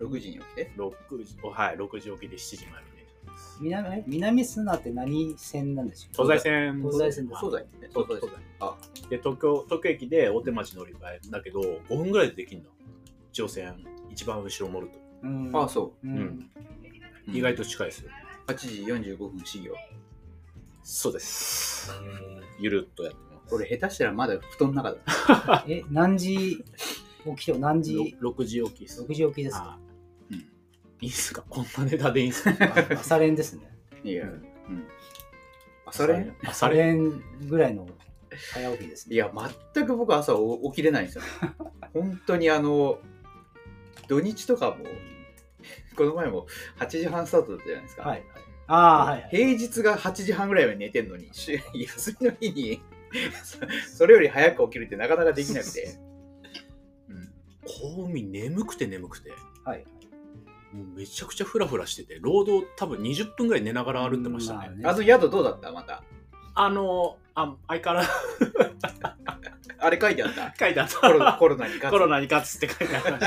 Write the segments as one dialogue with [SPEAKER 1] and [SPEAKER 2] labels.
[SPEAKER 1] 6時に起きて
[SPEAKER 2] 6時、おはい、6時起きで7時まで寝てます。
[SPEAKER 3] 南え南砂って何線なんでしょう
[SPEAKER 2] 東西線、
[SPEAKER 3] 東西線だ
[SPEAKER 1] そうだよねそうそうそうあ
[SPEAKER 2] で東京東京駅で大手町乗り換えだけど5分ぐらいでできるの一応線一番後ろ乗ると、
[SPEAKER 3] うん
[SPEAKER 1] あそう
[SPEAKER 2] うん
[SPEAKER 3] ん
[SPEAKER 1] う
[SPEAKER 2] 意外と近いですよ
[SPEAKER 1] 8時45分始業
[SPEAKER 2] そうですゆるっとやってます
[SPEAKER 1] 俺下手したらまだ布団の中だ
[SPEAKER 3] え何時起きても何時
[SPEAKER 2] ろ6時起きです
[SPEAKER 3] 6時起きです
[SPEAKER 2] あ
[SPEAKER 3] か
[SPEAKER 1] うん
[SPEAKER 2] いいっすかこんなネタでいいっすか
[SPEAKER 3] 朝練で すね
[SPEAKER 1] いやうんあそれ
[SPEAKER 2] 朝
[SPEAKER 3] 朝
[SPEAKER 2] 練
[SPEAKER 3] 練ぐらいの早起きですね
[SPEAKER 1] いや全く僕朝お起きれないんです よ本当にあの土日とかも この前も8時半スタートだったじゃないですか、
[SPEAKER 3] はいああはいはい
[SPEAKER 1] 平日が8時半ぐらいまで寝てんのに週 休みの日に それより早く起きるってなかなかできなくて、うん
[SPEAKER 2] 公務員眠くて眠くて
[SPEAKER 3] はい
[SPEAKER 2] もうめちゃくちゃフラフラしてて労働多分20分ぐらい寝ながら歩いてましたね,、
[SPEAKER 3] うんまあ
[SPEAKER 1] あの宿どうだったまた
[SPEAKER 2] あのあ相変わらず
[SPEAKER 1] あれ書いてあった
[SPEAKER 2] 書いてあっ
[SPEAKER 1] コロ
[SPEAKER 2] た
[SPEAKER 1] コロナに勝つ
[SPEAKER 2] コロナに勝つって書いてありま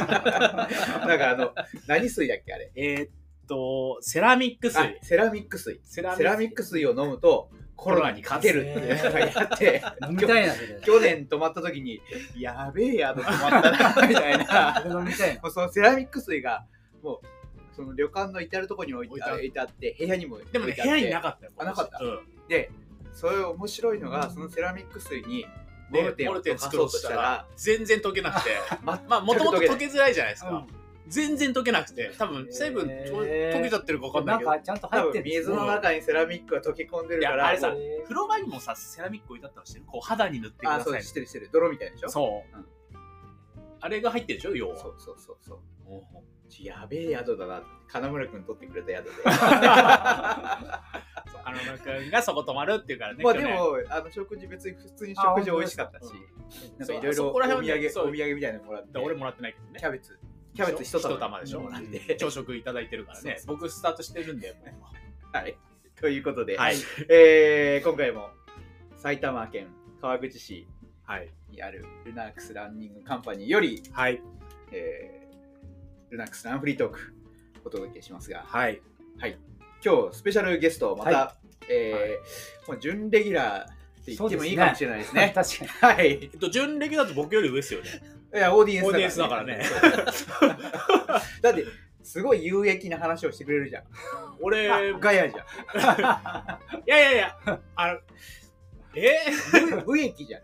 [SPEAKER 2] した
[SPEAKER 1] なんかあの何水だっけあれ
[SPEAKER 2] えーっと、セラミック
[SPEAKER 1] あ
[SPEAKER 2] 水。
[SPEAKER 1] セラミック水
[SPEAKER 2] セラ
[SPEAKER 1] セラミック水を飲むとコロナに勝てるっていうのが やって
[SPEAKER 3] 飲みたいなそれ
[SPEAKER 1] 去年泊まった時にやべえ宿泊まったなみたい な
[SPEAKER 3] それ飲みたいな
[SPEAKER 1] もうそのセラミック水がもうその旅館の至るところに置いてあ
[SPEAKER 2] 置
[SPEAKER 1] 置いてあって部屋にも置い
[SPEAKER 2] で
[SPEAKER 1] てあっ
[SPEAKER 2] も
[SPEAKER 1] て
[SPEAKER 2] ね、部屋になかったよ。
[SPEAKER 1] あなかった
[SPEAKER 2] うん。
[SPEAKER 1] でそれ面白いのがそのセラミック水にボ
[SPEAKER 2] で、
[SPEAKER 1] ルテン
[SPEAKER 2] ボ
[SPEAKER 1] を
[SPEAKER 2] ル
[SPEAKER 1] 溶
[SPEAKER 2] テ
[SPEAKER 1] か
[SPEAKER 2] ン
[SPEAKER 1] そう
[SPEAKER 2] 作ろ
[SPEAKER 1] と
[SPEAKER 2] うと
[SPEAKER 1] し
[SPEAKER 2] した
[SPEAKER 1] た
[SPEAKER 2] ら
[SPEAKER 1] ら、
[SPEAKER 2] 全然溶けなくて。
[SPEAKER 1] ま
[SPEAKER 2] まあ、もともと溶けづらいじゃないです
[SPEAKER 3] う
[SPEAKER 2] か
[SPEAKER 3] ん。
[SPEAKER 2] 全然溶けなくて。多分、成分
[SPEAKER 3] へ
[SPEAKER 2] と
[SPEAKER 3] ー
[SPEAKER 2] 溶けちゃってるか分かんな
[SPEAKER 3] ないん
[SPEAKER 2] けど。
[SPEAKER 3] かちゃんと
[SPEAKER 1] 多
[SPEAKER 3] 入って
[SPEAKER 1] 分
[SPEAKER 3] るんです
[SPEAKER 1] 水
[SPEAKER 3] ね
[SPEAKER 1] の中にセラミックが溶け込んでるか
[SPEAKER 2] いや
[SPEAKER 1] ら
[SPEAKER 2] あれさ
[SPEAKER 1] もう
[SPEAKER 2] 風呂場にもさ、セラミック置いてあったらしてる。こう、肌に塗ってく
[SPEAKER 1] あ
[SPEAKER 2] だ
[SPEAKER 1] そう
[SPEAKER 2] さい
[SPEAKER 1] 知。ってる知ってる泥みたいでしょ
[SPEAKER 2] そう
[SPEAKER 1] うん。
[SPEAKER 2] あれが入ってるでしょ、要
[SPEAKER 1] そ
[SPEAKER 2] は。
[SPEAKER 1] うそうそうそう
[SPEAKER 2] うん
[SPEAKER 1] やべえ宿だなって金村君取ってくれた宿 で
[SPEAKER 2] あの、なんかがそこ泊まるっていうからね。
[SPEAKER 1] まあ
[SPEAKER 2] 去
[SPEAKER 1] で
[SPEAKER 2] 年
[SPEAKER 1] もあの食事別に普通に食事美味しかったしなんかいろい
[SPEAKER 2] そう
[SPEAKER 1] ろ
[SPEAKER 2] あそこら
[SPEAKER 1] お土産お
[SPEAKER 2] 辺はね
[SPEAKER 1] 土
[SPEAKER 2] そう
[SPEAKER 1] 産みたいなのもらって
[SPEAKER 2] で俺もらってないけどね
[SPEAKER 1] キ。ャベツキャベツ一玉
[SPEAKER 2] 一玉でしょ
[SPEAKER 1] もらって
[SPEAKER 2] 朝食いただいてるからね
[SPEAKER 1] そ
[SPEAKER 2] 僕スタートしてるんでも
[SPEAKER 1] はいということで、
[SPEAKER 2] うはい
[SPEAKER 1] えー今回も埼玉県川口市
[SPEAKER 2] はい
[SPEAKER 1] にあるルナックスランニングカンパニーより、
[SPEAKER 2] はい
[SPEAKER 1] えールナックスランフリートークお届けしますが
[SPEAKER 2] はい
[SPEAKER 1] 今日スペシャルゲストまた、
[SPEAKER 3] は
[SPEAKER 1] えーもう準レギュラーって言ってもいいかもしれないですね
[SPEAKER 3] 確かに
[SPEAKER 1] はいい
[SPEAKER 2] えっと準レギュラーと僕より上ですよ ね
[SPEAKER 1] やオーディエンス
[SPEAKER 2] オーディエンスだからね
[SPEAKER 1] そう だってすごい有益な話をしてくれるじゃん
[SPEAKER 2] 俺い
[SPEAKER 1] ガヤじゃん
[SPEAKER 2] やいやいやあのえー
[SPEAKER 1] 無無益じゃん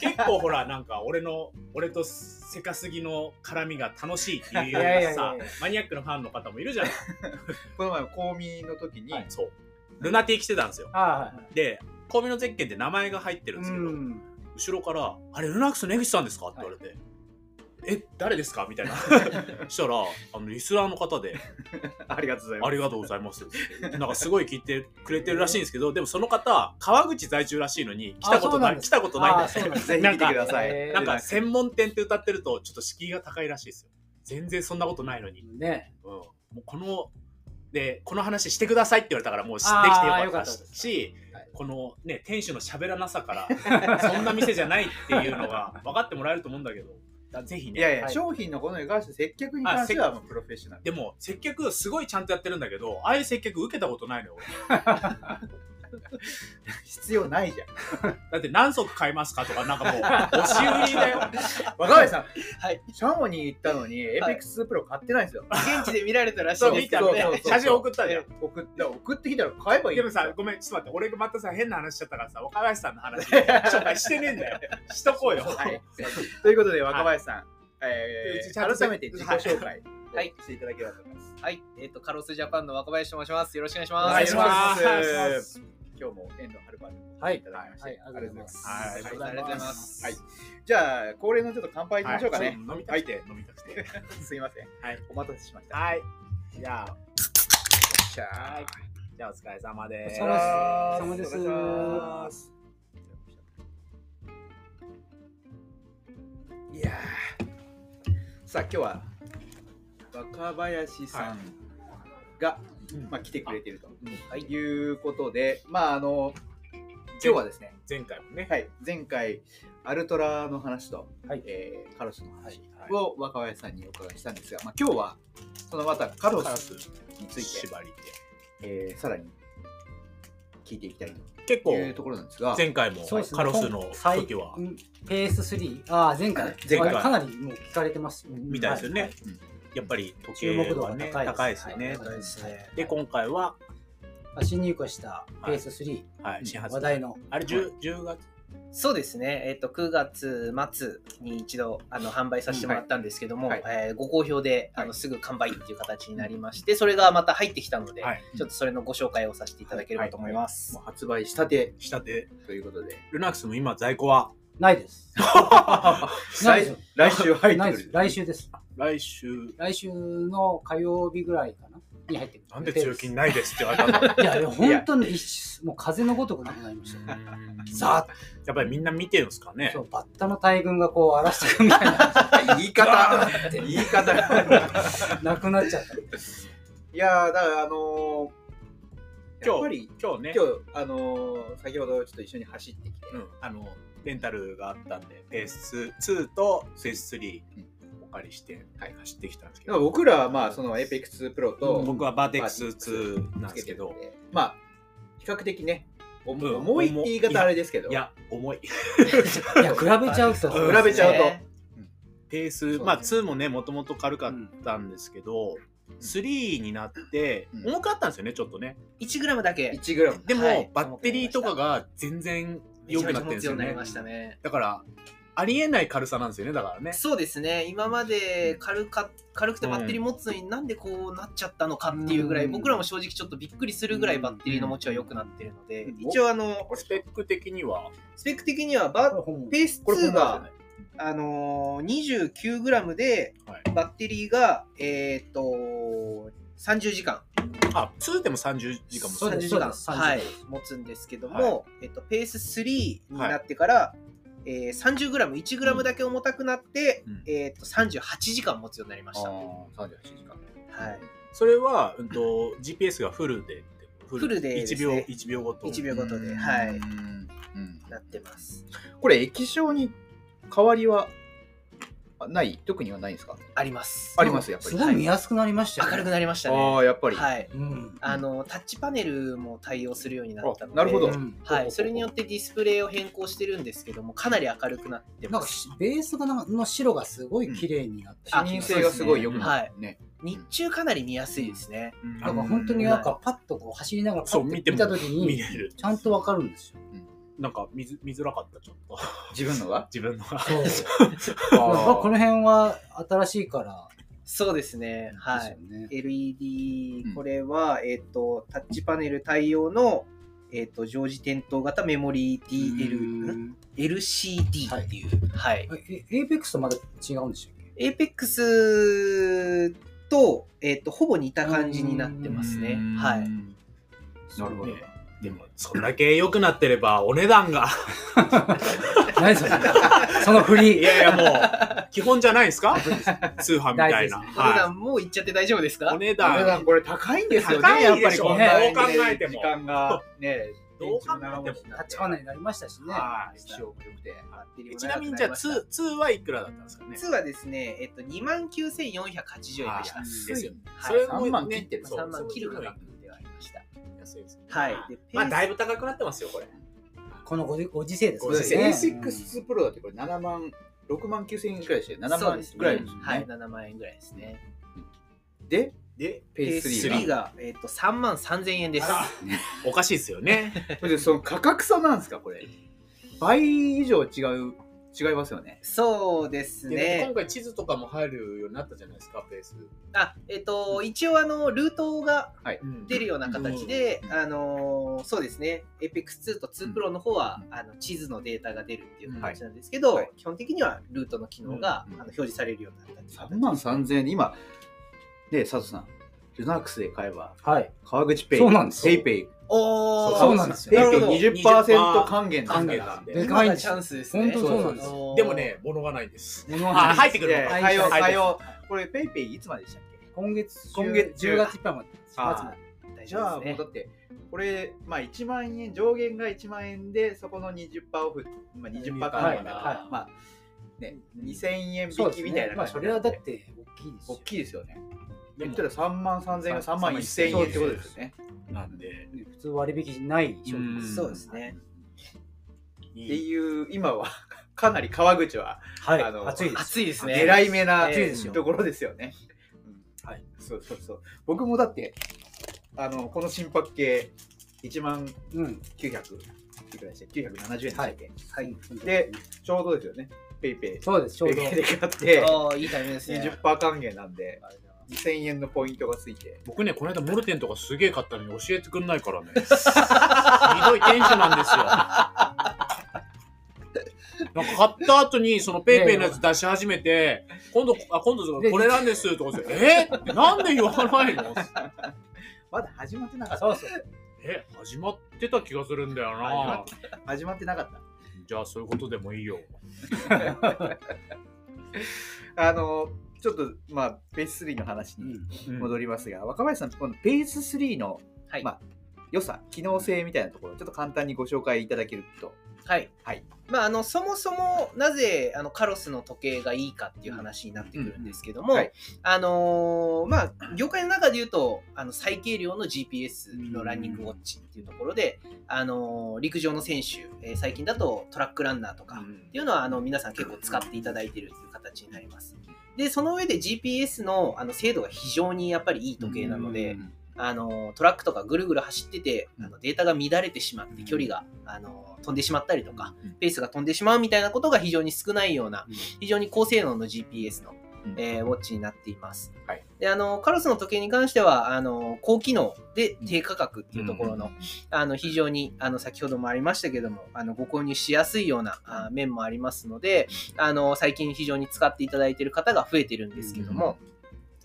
[SPEAKER 2] 結構ほらなんか俺の俺とせかすぎの絡みが楽しいっていうようない
[SPEAKER 3] やいやい
[SPEAKER 2] さ
[SPEAKER 3] やいや
[SPEAKER 2] マニアックなファンの方もいるじゃない
[SPEAKER 1] この前公民の時に、
[SPEAKER 2] そうルナティ来てたんですよ
[SPEAKER 3] ああはい
[SPEAKER 2] でコンビニのゼッケンって名前が入ってるん
[SPEAKER 3] う
[SPEAKER 2] ですけど、
[SPEAKER 3] ん
[SPEAKER 2] 後ろから「あれルナックスの江口さんですか?」って言われて「え誰ですか?」み たいなしたらあのリスナーの方で
[SPEAKER 1] ありがとうござ
[SPEAKER 2] 「
[SPEAKER 1] いま
[SPEAKER 2] あ
[SPEAKER 1] す
[SPEAKER 2] りがとうございます」ってなんかすごい聞いてくれてるらしいんですけどでもその方川口在住らしいのに来たことな
[SPEAKER 3] あそうなん
[SPEAKER 2] い
[SPEAKER 3] です
[SPEAKER 2] 来たことないんだ
[SPEAKER 3] あそうなんです
[SPEAKER 1] ぜひ来てください。
[SPEAKER 3] えー
[SPEAKER 2] なんか専門店って歌ってるとちょっと敷居が高いらしいですよ全然そんなことないのに、
[SPEAKER 3] ね
[SPEAKER 2] うん、もうこのでこの話してくださいって言われたからもうできて
[SPEAKER 3] あ
[SPEAKER 2] よかった
[SPEAKER 3] ーよかったです
[SPEAKER 2] し
[SPEAKER 1] はい
[SPEAKER 2] このね店主の喋らなさからそんな店じゃないっていうのが分かってもらえると思うんだけどだぜひ
[SPEAKER 1] いやい
[SPEAKER 2] ね
[SPEAKER 1] や、
[SPEAKER 3] はい
[SPEAKER 1] 商品のことに関して接客に関してはもうプロフェッショナル。
[SPEAKER 2] でも接客すごいちゃんとやってるんだけどああいう接客受けたことないのよ俺
[SPEAKER 1] 必要ないじゃん。
[SPEAKER 2] だって何足買いますかとかなんかもう押し売りだよ
[SPEAKER 1] 若林さん、
[SPEAKER 3] はい
[SPEAKER 1] シャモに行ったのに、エイペックス2プロ買ってないんですよ。
[SPEAKER 4] 現地で見られたらし
[SPEAKER 2] そ
[SPEAKER 4] いうで
[SPEAKER 2] 見
[SPEAKER 4] す
[SPEAKER 2] た
[SPEAKER 4] け
[SPEAKER 2] の
[SPEAKER 4] ど
[SPEAKER 2] ね
[SPEAKER 4] ね。
[SPEAKER 2] 写真送ったじゃん
[SPEAKER 1] ん。送った送ってきたら買えばいいん
[SPEAKER 2] でも
[SPEAKER 1] ですよ
[SPEAKER 2] さごめんちょっと待って俺がまたさ変な話しちゃったからさ若林さんの話紹介してねえんだよしとこうよ
[SPEAKER 1] はい。 ということで、若林さん、え
[SPEAKER 2] うちちゃんと
[SPEAKER 1] ー、改めて自己紹介を
[SPEAKER 4] はい
[SPEAKER 1] していただければと思います。
[SPEAKER 4] はい、えっ、とカロスジャパンの若林と申します。よろしくお願いし
[SPEAKER 2] お
[SPEAKER 4] ます。
[SPEAKER 2] 願いしま
[SPEAKER 1] お願いしますす。今日も遠藤はるばる
[SPEAKER 3] はい
[SPEAKER 1] いただきまして、
[SPEAKER 3] はいありがとうございます
[SPEAKER 1] ありがとうござい
[SPEAKER 4] ありがとうございます。
[SPEAKER 1] はいます。じゃあ、恒例のちょっと乾杯しましょうかね。
[SPEAKER 2] 飲みたくて飲みたくて
[SPEAKER 1] すいません。
[SPEAKER 2] はい
[SPEAKER 1] お待たせしました。よ
[SPEAKER 2] はいじゃあ
[SPEAKER 1] っしゃー。
[SPEAKER 2] じゃあお疲れ様
[SPEAKER 3] お
[SPEAKER 2] です
[SPEAKER 3] 疲れ様です
[SPEAKER 1] お疲れ様ですいやーさあ今日は若林さんが、
[SPEAKER 2] うん
[SPEAKER 1] まあ、来てくれてると
[SPEAKER 4] うん
[SPEAKER 1] いうことでまああの今日はですね、
[SPEAKER 2] 前回もね、
[SPEAKER 1] はい、前回アルトラの話と、
[SPEAKER 3] はい
[SPEAKER 1] えーカロスの話
[SPEAKER 2] はい
[SPEAKER 1] を若林さんにお伺いしたんですが、まあ、今日はそのまたカロ
[SPEAKER 2] カラ
[SPEAKER 1] ス
[SPEAKER 2] ス
[SPEAKER 1] について、
[SPEAKER 2] 縛りで
[SPEAKER 1] えーさらに聞いていきたい
[SPEAKER 2] 結
[SPEAKER 1] と
[SPEAKER 2] 構
[SPEAKER 1] いうところなんですが、
[SPEAKER 2] 前回も
[SPEAKER 3] そうですね
[SPEAKER 2] カロスの
[SPEAKER 3] 最
[SPEAKER 2] 時は
[SPEAKER 3] うんペース3、ああ、前回、
[SPEAKER 1] 前回
[SPEAKER 3] あかなりもう聞かれてます
[SPEAKER 2] み
[SPEAKER 3] み
[SPEAKER 2] たいですよね
[SPEAKER 1] うん
[SPEAKER 2] やっぱり時
[SPEAKER 3] 注
[SPEAKER 2] 計
[SPEAKER 3] 目度
[SPEAKER 2] は
[SPEAKER 3] が
[SPEAKER 2] ね
[SPEAKER 3] 高い
[SPEAKER 2] 高いですよ
[SPEAKER 3] は
[SPEAKER 2] ね
[SPEAKER 3] い高いですね
[SPEAKER 2] で今回は、
[SPEAKER 3] はい新入荷したペース3、
[SPEAKER 2] はい、新発
[SPEAKER 3] 話題の、
[SPEAKER 2] あれ 10, 10月
[SPEAKER 4] そうですね、えっと9月末に一度あの販売させてもらったんですけども、
[SPEAKER 1] うんはい
[SPEAKER 4] えーご好評であ
[SPEAKER 1] は
[SPEAKER 4] の
[SPEAKER 1] い
[SPEAKER 4] すぐ完売っていう形になりまして、それがまた入ってきたので、
[SPEAKER 2] はい
[SPEAKER 4] ちょっとそれのご紹介をさせていただければと思います。
[SPEAKER 1] もう発売したて
[SPEAKER 2] 下で
[SPEAKER 1] ということで、
[SPEAKER 2] ルナックスも今在庫は
[SPEAKER 3] ない です。ないです
[SPEAKER 1] 来来週入っ
[SPEAKER 3] な
[SPEAKER 1] て
[SPEAKER 3] い
[SPEAKER 1] く
[SPEAKER 3] です
[SPEAKER 1] る。
[SPEAKER 3] 来週です。
[SPEAKER 2] 来週
[SPEAKER 3] 来週の火曜日ぐらいかなに入ってくる。
[SPEAKER 2] なんで強気にないですって言われたの
[SPEAKER 3] いやいや、本当に一瞬もう風のごとくなくなりましたよ。
[SPEAKER 2] ザーッやっぱりみんな見てるんですかね
[SPEAKER 3] そうバッタの大群がこう荒らしてるみたいな、
[SPEAKER 1] 言い方言い 方が。
[SPEAKER 3] なくなっちゃった。
[SPEAKER 1] いやー、だからあのー、
[SPEAKER 2] 今日
[SPEAKER 1] やっぱり
[SPEAKER 2] 今日ね
[SPEAKER 1] 今日、あのー、先ほどちょっと一緒に走ってきて、
[SPEAKER 2] うん、あのレンタルがあったんでペース2とペース3お借りして
[SPEAKER 1] はい
[SPEAKER 2] 走ってきたんですけ
[SPEAKER 1] だから
[SPEAKER 2] ど、
[SPEAKER 1] 僕らはまあその APEX プロ
[SPEAKER 3] う
[SPEAKER 1] と
[SPEAKER 3] ん
[SPEAKER 2] 僕はバーテックス2なんで
[SPEAKER 1] つけ
[SPEAKER 2] す
[SPEAKER 1] て
[SPEAKER 2] け
[SPEAKER 1] るん
[SPEAKER 2] ど
[SPEAKER 1] で、まあ比較的ね、お
[SPEAKER 2] うん
[SPEAKER 1] 重いって言い方あれですけど、
[SPEAKER 2] いや重い
[SPEAKER 3] いや、比べちゃうと、
[SPEAKER 2] うん比べちゃう
[SPEAKER 1] と
[SPEAKER 4] ね
[SPEAKER 2] ペー
[SPEAKER 1] そう
[SPEAKER 2] ス、
[SPEAKER 1] ね
[SPEAKER 2] まあ2もねもともと軽か
[SPEAKER 3] う
[SPEAKER 2] っ
[SPEAKER 3] ん
[SPEAKER 2] たんですけど、3になって
[SPEAKER 1] うん
[SPEAKER 2] 重かったんですよねちょっとね
[SPEAKER 4] 1グラムだけ
[SPEAKER 1] 1g
[SPEAKER 2] でも、
[SPEAKER 4] はい
[SPEAKER 2] バッテリーとかが全然良くなってるんですよ
[SPEAKER 4] めちゃめちゃ持つようになり
[SPEAKER 2] ね
[SPEAKER 4] ましたね。
[SPEAKER 2] だからありえない軽さなんですよねだからね
[SPEAKER 4] そうですね今まで軽か軽くてバッテリー持つのになんでこうなっちゃったのかっていうぐらい、
[SPEAKER 3] うん
[SPEAKER 4] 僕らも正直ちょっとびっくりするぐらいバッテリーの持ちは良くなってるので、
[SPEAKER 1] うん
[SPEAKER 4] 一応あの
[SPEAKER 2] スペック的には
[SPEAKER 4] スペック的にはバ
[SPEAKER 3] これ本物
[SPEAKER 4] ペース
[SPEAKER 2] これ
[SPEAKER 4] 2
[SPEAKER 2] こんな
[SPEAKER 4] が
[SPEAKER 2] ん、じ
[SPEAKER 4] あのー、29g で
[SPEAKER 2] はい
[SPEAKER 4] バッテリーが、えーっと30時間
[SPEAKER 2] ゃないあ2でも30時間も
[SPEAKER 3] そう
[SPEAKER 4] 30
[SPEAKER 3] です
[SPEAKER 4] 時間
[SPEAKER 3] そうです
[SPEAKER 4] はい
[SPEAKER 3] 30時、
[SPEAKER 4] 持つんですけども、
[SPEAKER 2] は
[SPEAKER 4] えっと、ペース3になってから、えー、30g、1g だけ重たくなって、
[SPEAKER 2] うん
[SPEAKER 4] えーっと38時間持つようになりま
[SPEAKER 1] あ
[SPEAKER 4] した。は
[SPEAKER 1] ー38時間。
[SPEAKER 4] い、
[SPEAKER 2] それは、うん、と GPS がフルでってフ
[SPEAKER 4] フルでですね
[SPEAKER 2] 1秒1秒ごと
[SPEAKER 4] 1秒ごとで、
[SPEAKER 1] うん
[SPEAKER 4] はい、
[SPEAKER 1] うん
[SPEAKER 4] なってます。
[SPEAKER 1] これ液晶に変わりはない特にはないんですか
[SPEAKER 4] あります。
[SPEAKER 1] ありますやっぱり
[SPEAKER 3] すごい見やすくなりましたよ、ね。
[SPEAKER 4] 明るくなりました
[SPEAKER 1] あ
[SPEAKER 4] ね。
[SPEAKER 1] あやっぱり、
[SPEAKER 4] はい。
[SPEAKER 3] うん。
[SPEAKER 4] あの、タッチパネルも対応するようになったので。
[SPEAKER 1] あなるほど
[SPEAKER 3] うん
[SPEAKER 4] はい。それによってディスプレイを変更してるんですけども、かなり明るくなって
[SPEAKER 3] なん
[SPEAKER 4] ま
[SPEAKER 3] か
[SPEAKER 4] す。
[SPEAKER 3] しベースがなんかの白がすごい綺麗になって、
[SPEAKER 1] 視認性がすごいよくなる、ね
[SPEAKER 4] 日中かなり見やすいですね。
[SPEAKER 2] うん
[SPEAKER 3] なんか本当になんかパッとこう走りながらパ
[SPEAKER 2] そう
[SPEAKER 3] ッと
[SPEAKER 2] 見
[SPEAKER 3] 見
[SPEAKER 2] ても
[SPEAKER 3] た時
[SPEAKER 2] 見
[SPEAKER 3] に
[SPEAKER 2] れる
[SPEAKER 3] ちゃんとわかるんですよ。
[SPEAKER 2] なんか見づ見づらかったちょっと
[SPEAKER 1] 自分のは
[SPEAKER 2] 自分のが
[SPEAKER 3] そう。
[SPEAKER 1] あ
[SPEAKER 3] やっぱ
[SPEAKER 1] ー
[SPEAKER 3] この辺は新しいから
[SPEAKER 4] そうですね。は
[SPEAKER 3] です
[SPEAKER 4] い
[SPEAKER 3] よ。ね。
[SPEAKER 4] LED
[SPEAKER 1] うん、
[SPEAKER 4] これは、えっ、と、タッチパネル対応の、えっ、と、常時点灯型メモリー DL、ん LCD っていう、はい。
[SPEAKER 3] えエイペックスとまだ違うんでしたっけ
[SPEAKER 4] エーペックスと、えっ、と、ほぼ似た感じになってますね。はい。
[SPEAKER 1] なるほど
[SPEAKER 2] ねでもそんだけ良くなってればお値段が
[SPEAKER 3] 何それ その振
[SPEAKER 2] い
[SPEAKER 3] り。
[SPEAKER 2] やいや もう基本じゃないですか通販みたいな、
[SPEAKER 3] 大事
[SPEAKER 4] お値
[SPEAKER 2] は
[SPEAKER 4] 段もう言っちゃって大丈夫です
[SPEAKER 2] い、
[SPEAKER 4] か
[SPEAKER 2] お値
[SPEAKER 1] お値
[SPEAKER 2] 段
[SPEAKER 1] 段これ高いんですよね
[SPEAKER 2] 高
[SPEAKER 1] やっ
[SPEAKER 2] い
[SPEAKER 1] ぱ
[SPEAKER 2] で
[SPEAKER 1] り
[SPEAKER 2] し
[SPEAKER 1] こ
[SPEAKER 2] ょ
[SPEAKER 1] んな
[SPEAKER 2] どう考えても
[SPEAKER 1] 時間がね
[SPEAKER 2] どう考えても
[SPEAKER 3] タッチパネルになりましたしね。
[SPEAKER 2] はい
[SPEAKER 1] 液晶も良くて
[SPEAKER 4] バッテリーも
[SPEAKER 2] ちな
[SPEAKER 4] 長く
[SPEAKER 2] みに
[SPEAKER 4] な
[SPEAKER 2] じゃ
[SPEAKER 4] り
[SPEAKER 2] あ
[SPEAKER 4] ました
[SPEAKER 2] 2 2はいくらだったんですかね
[SPEAKER 4] 2はですね、えっと、2万9480円でした。
[SPEAKER 2] あ
[SPEAKER 1] 安い
[SPEAKER 2] ですよね
[SPEAKER 4] は
[SPEAKER 2] そ
[SPEAKER 4] い
[SPEAKER 2] れも
[SPEAKER 1] 3万
[SPEAKER 2] ね
[SPEAKER 1] 切ってる
[SPEAKER 2] そう
[SPEAKER 4] 3万切る
[SPEAKER 2] そう
[SPEAKER 4] 価
[SPEAKER 2] いうのが
[SPEAKER 4] 格ではありました。
[SPEAKER 2] 安いですよね
[SPEAKER 4] はい。で、ペ
[SPEAKER 2] まあだい
[SPEAKER 4] ぶ
[SPEAKER 2] ぶ高くなってますよこれ
[SPEAKER 3] このごじご時世です
[SPEAKER 1] こ
[SPEAKER 3] よ
[SPEAKER 1] れ
[SPEAKER 3] ね。
[SPEAKER 2] ご時世で
[SPEAKER 1] A6 プロだってこれ7万6万9千円くらいでして7万ぐらいですよね
[SPEAKER 4] はい、7万円ぐらいですね。
[SPEAKER 1] で
[SPEAKER 2] で
[SPEAKER 1] ペース3
[SPEAKER 4] 3
[SPEAKER 1] が
[SPEAKER 4] が、えっと、3万3000円です。
[SPEAKER 2] あおかしいですよ ね
[SPEAKER 1] それでその価格差なんですかこれ倍以上違う違いますよね
[SPEAKER 4] そうです
[SPEAKER 2] で
[SPEAKER 4] ね
[SPEAKER 2] 今。回地図とかも入るようになったじゃないですかペース
[SPEAKER 4] あ、えっと、一応、あの、ルートが出るような形で
[SPEAKER 1] う、ん
[SPEAKER 4] あのーそうですね、APEX2 と2 Pro の方は、
[SPEAKER 1] う
[SPEAKER 4] あの地図のデータが出るっていう形なんですけ
[SPEAKER 1] うんは
[SPEAKER 4] ど、
[SPEAKER 1] いはい
[SPEAKER 4] 基本的にはルートの機能が、
[SPEAKER 1] うん
[SPEAKER 4] あの表示されるようになったっていう
[SPEAKER 1] 3
[SPEAKER 4] 形
[SPEAKER 1] 万3000円で今で佐藤さんルナックスで買えば
[SPEAKER 3] はい。
[SPEAKER 1] 川口ペイ
[SPEAKER 3] そうなんです
[SPEAKER 1] ペ
[SPEAKER 3] よ
[SPEAKER 1] イペイ
[SPEAKER 4] おー
[SPEAKER 3] そうなんです
[SPEAKER 1] ペイ
[SPEAKER 4] な
[SPEAKER 1] ペ
[SPEAKER 4] るほど
[SPEAKER 1] イ20%還元です
[SPEAKER 2] 還
[SPEAKER 1] か
[SPEAKER 2] 元
[SPEAKER 1] ら
[SPEAKER 2] なんで
[SPEAKER 3] で
[SPEAKER 4] ま
[SPEAKER 3] かいん
[SPEAKER 4] だ
[SPEAKER 3] で
[SPEAKER 4] チ
[SPEAKER 3] す
[SPEAKER 4] ャ
[SPEAKER 3] よ
[SPEAKER 4] ン。スですね。
[SPEAKER 3] 本当そうなんですよ
[SPEAKER 4] おー
[SPEAKER 2] でも、ね物がないです
[SPEAKER 3] 物がない
[SPEAKER 2] あ入ってくるの
[SPEAKER 1] いや
[SPEAKER 2] か
[SPEAKER 1] いや
[SPEAKER 3] は
[SPEAKER 1] 対応
[SPEAKER 3] いはい
[SPEAKER 1] 対応これペイペイいつまででしたっけ
[SPEAKER 3] 今月中
[SPEAKER 1] 今月中
[SPEAKER 3] 10月いっぱいまで。
[SPEAKER 1] あー
[SPEAKER 3] 10月まで
[SPEAKER 4] 大丈夫
[SPEAKER 1] じゃあ
[SPEAKER 4] そうですね
[SPEAKER 1] もうだってこれ、まあ、1万円上限が1万円でそこの20%オフ、まあ、20%か
[SPEAKER 3] はい
[SPEAKER 1] なんだ
[SPEAKER 2] はい
[SPEAKER 1] まあね、2000円
[SPEAKER 3] そう
[SPEAKER 1] 引
[SPEAKER 3] で
[SPEAKER 1] き
[SPEAKER 3] す
[SPEAKER 1] みたい
[SPEAKER 3] ね
[SPEAKER 1] な。
[SPEAKER 3] ま
[SPEAKER 1] 感じ
[SPEAKER 3] あそ
[SPEAKER 1] に
[SPEAKER 3] れ
[SPEAKER 1] な
[SPEAKER 3] は
[SPEAKER 1] って
[SPEAKER 3] だって大きいです
[SPEAKER 1] 大
[SPEAKER 3] よ。
[SPEAKER 1] きいですよね
[SPEAKER 2] で
[SPEAKER 1] 言
[SPEAKER 2] も
[SPEAKER 1] ったら3万3000円が3万1000円ってことですよね
[SPEAKER 2] なんで、
[SPEAKER 3] 普通割引ない商品
[SPEAKER 2] うん
[SPEAKER 4] そうですね。
[SPEAKER 2] い
[SPEAKER 1] って
[SPEAKER 2] い
[SPEAKER 1] いう今は かなり川口は
[SPEAKER 3] はい
[SPEAKER 1] あの
[SPEAKER 3] 暑いです。
[SPEAKER 4] 暑いですね。
[SPEAKER 1] 狙い目な
[SPEAKER 4] 暑いです
[SPEAKER 3] よ
[SPEAKER 1] ところですよね、うん
[SPEAKER 3] はい
[SPEAKER 1] そうそうそう僕もだってあのこの新パッケ1万
[SPEAKER 3] うん。
[SPEAKER 1] 900いくらでしたっけ970円でしたっけ、
[SPEAKER 4] はい。
[SPEAKER 1] でちょうどですよねペイペイ
[SPEAKER 3] そうですちょ
[SPEAKER 1] ペ
[SPEAKER 3] う
[SPEAKER 1] イ
[SPEAKER 3] ど
[SPEAKER 1] ペイで買って
[SPEAKER 4] ああ、いいタイミングですね。
[SPEAKER 1] 20%還元なんで2000円のポイントがついて
[SPEAKER 2] 僕ね、この間モルテンとかすげえ買ったのに教えてくんないからね。ひ どい店主なんですよ。なんか買った後にそのペイペイのやつ出し始めて、今度、あ、今度
[SPEAKER 3] で
[SPEAKER 2] これなんですとか言って、えーってなんで言わないの
[SPEAKER 1] まだ始まってなかった
[SPEAKER 3] そうそう。
[SPEAKER 2] え、始まってた気がするんだよ
[SPEAKER 1] 始ま
[SPEAKER 2] な
[SPEAKER 1] っ。始まってなかった
[SPEAKER 2] じゃあそういうことでもいいよ。
[SPEAKER 1] あのちょっとまあベース3の話に戻りますが、若林さんこのベース3の
[SPEAKER 4] はい
[SPEAKER 1] まあ良さ機能性みたいなところをちょっと簡単にご紹介いただけると
[SPEAKER 4] はい。
[SPEAKER 1] はい
[SPEAKER 4] まあ、あの、そもそも、なぜ、あの、カロスの時計がいいかっていう話になってくるんですけども、
[SPEAKER 1] うんうんはい
[SPEAKER 4] あのーまあ、業界の中で言うと、あの、最軽量の GPS のランニングウォッチっていうところで、あのー陸上の選手、えー最近だとトラックランナーとか、っていうのはあの皆さん結構使っていただいているという形になります。で、その上で GPS のあの精度が非常にやっぱりいい時計なので、あのトラックとかぐるぐる走ってて、あのデータが乱れてしまって距離が、あの飛んでしまったりとか、
[SPEAKER 1] うん
[SPEAKER 4] ペースが飛んでしまうみたいなことが非常に少ないような、
[SPEAKER 1] うん
[SPEAKER 4] 非常に高性能の GPS の、
[SPEAKER 1] うん
[SPEAKER 4] えーウォッチになっています。
[SPEAKER 1] はい
[SPEAKER 4] であのカロスの時計に関してはあの高機能で低価格っていうところの、あの非常にあの先ほどもありましたけどもあのご購入しやすいようなあ面もありますのであの最近非常に使っていただいている方が増えてるんですけども、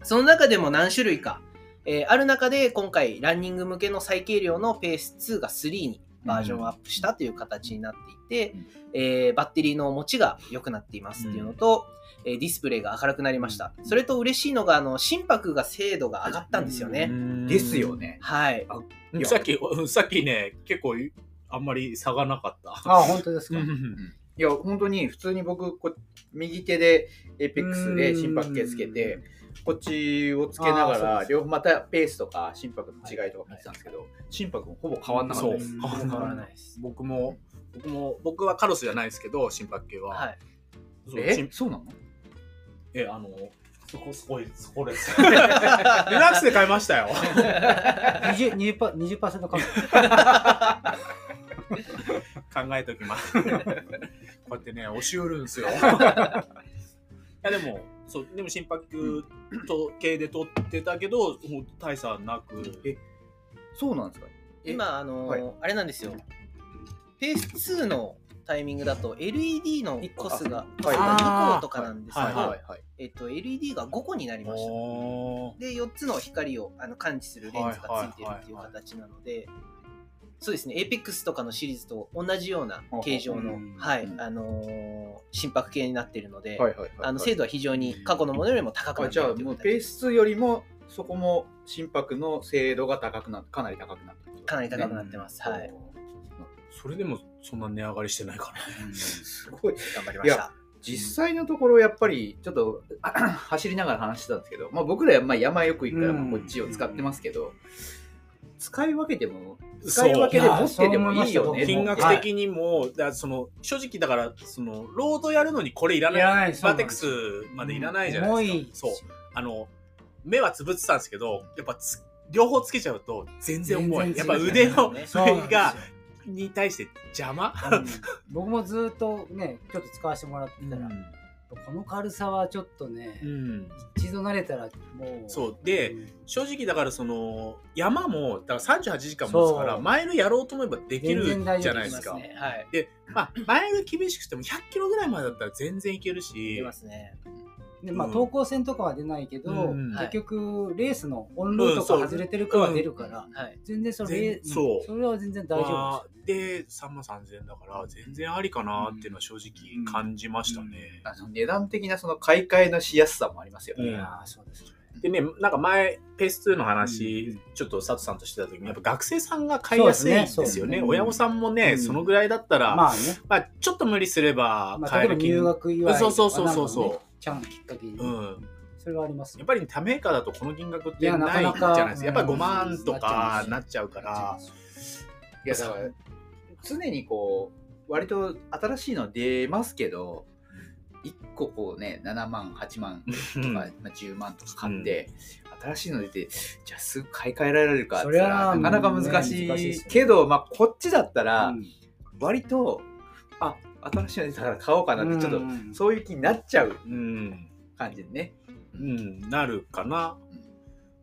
[SPEAKER 4] その中でも何種類か、えーある中で今回ランニング向けの最軽量のペース2が3にバージョンアップしたという形になっていて、
[SPEAKER 1] うん
[SPEAKER 4] えーバッテリーの持ちが良くなっていますっていうのと、えーディスプレイが明るくなりました、それと嬉しいのがあの心拍が精度が上がったんですよね、
[SPEAKER 1] ですよ。ね
[SPEAKER 4] はい
[SPEAKER 1] いや
[SPEAKER 2] さっき、うんさっきね、結構あんまり差がなかった。
[SPEAKER 3] あ本当ですか。
[SPEAKER 1] いや本当に普通に僕こ右手でエイペックスで心拍計つけてこっちをつけなが
[SPEAKER 3] あーそう
[SPEAKER 1] ら
[SPEAKER 3] です
[SPEAKER 1] 両方またペースとか心拍の違いとか見てたんですけど、心拍もほぼ変わんなかっ
[SPEAKER 2] そ
[SPEAKER 1] た
[SPEAKER 2] う
[SPEAKER 1] です
[SPEAKER 3] ん
[SPEAKER 2] あ
[SPEAKER 3] 変
[SPEAKER 4] 変わ
[SPEAKER 3] わ
[SPEAKER 4] ら
[SPEAKER 3] ら
[SPEAKER 4] な
[SPEAKER 3] ないい
[SPEAKER 4] です
[SPEAKER 2] 僕も、僕も、僕はカロスじゃないですけど、心拍系は。
[SPEAKER 4] はい
[SPEAKER 2] そう
[SPEAKER 1] え
[SPEAKER 2] 心
[SPEAKER 1] そうなの
[SPEAKER 2] え、あの、そこ、そこ、そこです。 リラックスで買いま したよ。
[SPEAKER 3] 二十二十パ二十パーセントか。
[SPEAKER 2] 考えときます。こうやってね、押し売るんですよ。いや、でも、そう、でも心拍と系で取ってたけど、もう大差なく。
[SPEAKER 1] えそうなんですかえ
[SPEAKER 4] 今あのー
[SPEAKER 1] はい
[SPEAKER 4] あれなんですよペース2のタイミングだと LED のコスが
[SPEAKER 1] あはい
[SPEAKER 4] 2個とかなんですけど、
[SPEAKER 2] はいはい
[SPEAKER 1] はい
[SPEAKER 4] えっと、LED が5個になりました
[SPEAKER 2] おー
[SPEAKER 4] で4つの光をあの感知するレンズがついてるっていう
[SPEAKER 2] はいはいはい
[SPEAKER 4] 形なのでそうですね APEX とかのシリーズと同じような形状の
[SPEAKER 3] うん、
[SPEAKER 4] はい
[SPEAKER 1] うん
[SPEAKER 4] あのー心拍計になってるので、
[SPEAKER 1] はいはいはい
[SPEAKER 4] あの精度は非常に過去のものよりも高くな
[SPEAKER 1] あ
[SPEAKER 4] って
[SPEAKER 1] じゃ
[SPEAKER 4] る
[SPEAKER 1] あ
[SPEAKER 4] とい
[SPEAKER 1] もう
[SPEAKER 4] う
[SPEAKER 1] ペー
[SPEAKER 4] 形
[SPEAKER 1] ス2よりもそこも心拍の精度が高くなかなり高くなってる
[SPEAKER 4] かなり高くなってます、はい
[SPEAKER 2] それでもそんな値上がりしてないからね。
[SPEAKER 1] すごい
[SPEAKER 4] 頑張りま
[SPEAKER 1] い
[SPEAKER 4] し
[SPEAKER 1] や
[SPEAKER 4] た
[SPEAKER 1] 実際のところやっぱりちょっと 走りながら話してたんですけど、まあ、僕らはまあ山よく行くから
[SPEAKER 3] うん
[SPEAKER 1] まあこっちを使ってますけど、使い分けても使
[SPEAKER 2] そう
[SPEAKER 1] い分けで持っててもいいよ
[SPEAKER 3] そう
[SPEAKER 1] ね
[SPEAKER 2] 金額
[SPEAKER 1] はい
[SPEAKER 2] 的にも、だからその正直だからそのロードやるのにこれいら
[SPEAKER 3] い
[SPEAKER 2] ない
[SPEAKER 3] らない
[SPEAKER 2] バーテックスまでいらないじゃないですか、
[SPEAKER 3] 重い
[SPEAKER 2] そうあの目はつぶってたんですけどやっぱつ両方つけちゃうと全然重いやっ
[SPEAKER 3] 全然
[SPEAKER 2] ぱ
[SPEAKER 3] 違う
[SPEAKER 2] 腕の
[SPEAKER 3] そうなんですよ
[SPEAKER 2] 上がに対して邪魔、
[SPEAKER 3] 僕もずっとねちょっと使わせてもらって
[SPEAKER 2] う
[SPEAKER 3] たら、
[SPEAKER 2] ん
[SPEAKER 3] この軽さはちょっとね、一度慣れたらもう
[SPEAKER 2] そうで
[SPEAKER 3] ん
[SPEAKER 2] 正直だからその山もだから38時間持つから
[SPEAKER 3] そう
[SPEAKER 2] マイルやろうと思えばできる
[SPEAKER 3] 全然大
[SPEAKER 2] じ
[SPEAKER 3] 丈
[SPEAKER 2] ゃ
[SPEAKER 3] 夫
[SPEAKER 2] ない
[SPEAKER 4] い
[SPEAKER 2] で
[SPEAKER 4] ますす
[SPEAKER 2] か
[SPEAKER 4] ねはい
[SPEAKER 2] で、まあ、マイル厳しくしても100キロぐらいまでだったら全然いける
[SPEAKER 4] い
[SPEAKER 2] し
[SPEAKER 4] けますね
[SPEAKER 3] でまあ
[SPEAKER 2] うん
[SPEAKER 3] 投稿線とかは出ないけど、
[SPEAKER 2] うん
[SPEAKER 3] 結局レースのオンルートから外れてるかは出るから、
[SPEAKER 4] はい
[SPEAKER 3] 全然それ
[SPEAKER 2] 全そう
[SPEAKER 3] それは全然大丈夫ですよね、
[SPEAKER 2] で3万3000円だから全然ありかなっていうのは正直感じましたね、
[SPEAKER 1] あの値段的なその買い替えのしやすさもありますよね、
[SPEAKER 2] うん
[SPEAKER 3] いやーそうですね
[SPEAKER 2] でね、なんか前、ペース2の話、ちょっと佐藤さんとしてた時に、やっぱ学生さんが買いやすいんです
[SPEAKER 3] そう
[SPEAKER 2] よね。
[SPEAKER 3] ですねそうですね
[SPEAKER 2] 親御さんもね、
[SPEAKER 3] うん
[SPEAKER 2] そのぐらいだったら、まあ、
[SPEAKER 3] まあね、
[SPEAKER 2] ちょっと無理すれば
[SPEAKER 3] まあ、
[SPEAKER 2] 買
[SPEAKER 3] 例
[SPEAKER 2] え
[SPEAKER 3] え
[SPEAKER 2] る
[SPEAKER 3] ば入学祝いとか
[SPEAKER 2] そうそうそうそうそう
[SPEAKER 3] なんかねちゃんきっかけに、
[SPEAKER 2] うん。
[SPEAKER 3] それはあります
[SPEAKER 2] や
[SPEAKER 3] よ
[SPEAKER 2] っぱり他メーカーだとこの金額っ
[SPEAKER 3] い
[SPEAKER 2] て
[SPEAKER 3] やな
[SPEAKER 2] な
[SPEAKER 3] か
[SPEAKER 2] いじ
[SPEAKER 3] な
[SPEAKER 2] ゃ
[SPEAKER 3] か
[SPEAKER 2] ないですか。やっぱり
[SPEAKER 3] うん
[SPEAKER 2] 5万とか
[SPEAKER 3] な
[SPEAKER 2] なっちゃうから。
[SPEAKER 1] いやだから常にこう割と新しいの出ますけど1個こうね7万8万
[SPEAKER 2] う
[SPEAKER 1] とか、
[SPEAKER 2] ん
[SPEAKER 1] まあ、10万とか買って、新しいの出てじゃあすぐ買い替えられるかって
[SPEAKER 3] そ
[SPEAKER 1] 言
[SPEAKER 3] り
[SPEAKER 1] っ
[SPEAKER 3] ゃ
[SPEAKER 1] たらなかなか難しい,、
[SPEAKER 3] ね難しいですよね
[SPEAKER 1] けど、まあ、こっちだった
[SPEAKER 3] う
[SPEAKER 1] ら
[SPEAKER 3] ん
[SPEAKER 1] 割と、あ新しいの出たから買おうかなってちょっと、
[SPEAKER 3] うん
[SPEAKER 1] そういう気になっちゃう
[SPEAKER 2] うん、
[SPEAKER 1] 感じでね。
[SPEAKER 2] うん、なるかな。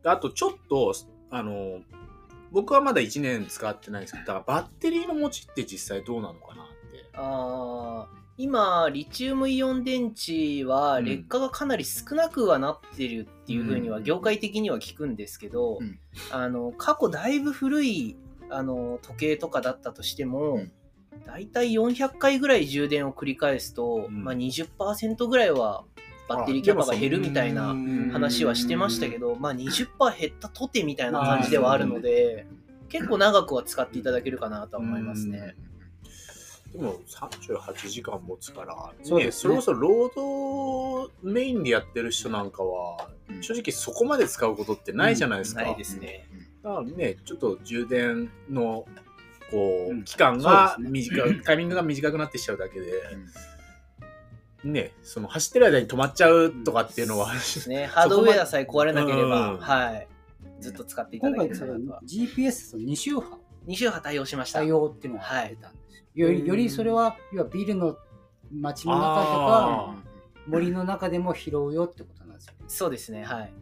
[SPEAKER 2] であとちょっと、あの、僕はまだ1年使ってないんですけど、だからバッテリーの持ちって実際どうなのかなって。
[SPEAKER 4] あー今リチウムイオン電池は
[SPEAKER 2] うん
[SPEAKER 4] 劣化がかなり少なくはなってるっていうふうに
[SPEAKER 1] う
[SPEAKER 4] は
[SPEAKER 1] ん
[SPEAKER 4] 業界的には聞くんですけど、
[SPEAKER 1] うん
[SPEAKER 4] あの過去だいぶ古いあの時計とかだったとしても、
[SPEAKER 1] うん
[SPEAKER 4] だいたい400回ぐらい充電を繰り返すと、
[SPEAKER 2] うん
[SPEAKER 4] まあ、20%ぐらいはバッテリーキャパが減るみたいな話はしてましたけど、まあ、20%減ったとてみたいな感じではあるので、結構長くは使っていただけるかなとは思いますね。
[SPEAKER 2] でも38時間持つから、
[SPEAKER 3] そう
[SPEAKER 2] ね
[SPEAKER 3] です
[SPEAKER 2] そ
[SPEAKER 3] ね
[SPEAKER 2] れこそ労働メインでやってる人なんかは、
[SPEAKER 1] うん
[SPEAKER 2] 正直そこまで使うことってないじゃないですか。
[SPEAKER 4] ないですね。
[SPEAKER 2] だからね、ちょっと充電のこ
[SPEAKER 3] う
[SPEAKER 2] うん期間が
[SPEAKER 3] そう
[SPEAKER 2] 短い、 タイミングが短くなってきちゃうだけで、
[SPEAKER 1] うん
[SPEAKER 2] ね、その走ってる間に止まっちゃうとかっていうのは、
[SPEAKER 4] ね、ハードウェアさえ壊れなけれ
[SPEAKER 2] うん
[SPEAKER 4] ば、はい、ずっと使っていた
[SPEAKER 3] 今
[SPEAKER 4] だけ
[SPEAKER 3] 回
[SPEAKER 4] る
[SPEAKER 3] その
[SPEAKER 4] かなとは。
[SPEAKER 3] GPS と二周波
[SPEAKER 4] 2周波対応しました。
[SPEAKER 3] 対応っていうのが出たんですよ、
[SPEAKER 4] はい
[SPEAKER 3] よりよりそれは要はビルの街の中と
[SPEAKER 2] あ
[SPEAKER 3] か森の中でも拾うよってことなんですよ
[SPEAKER 4] そうですね、はい。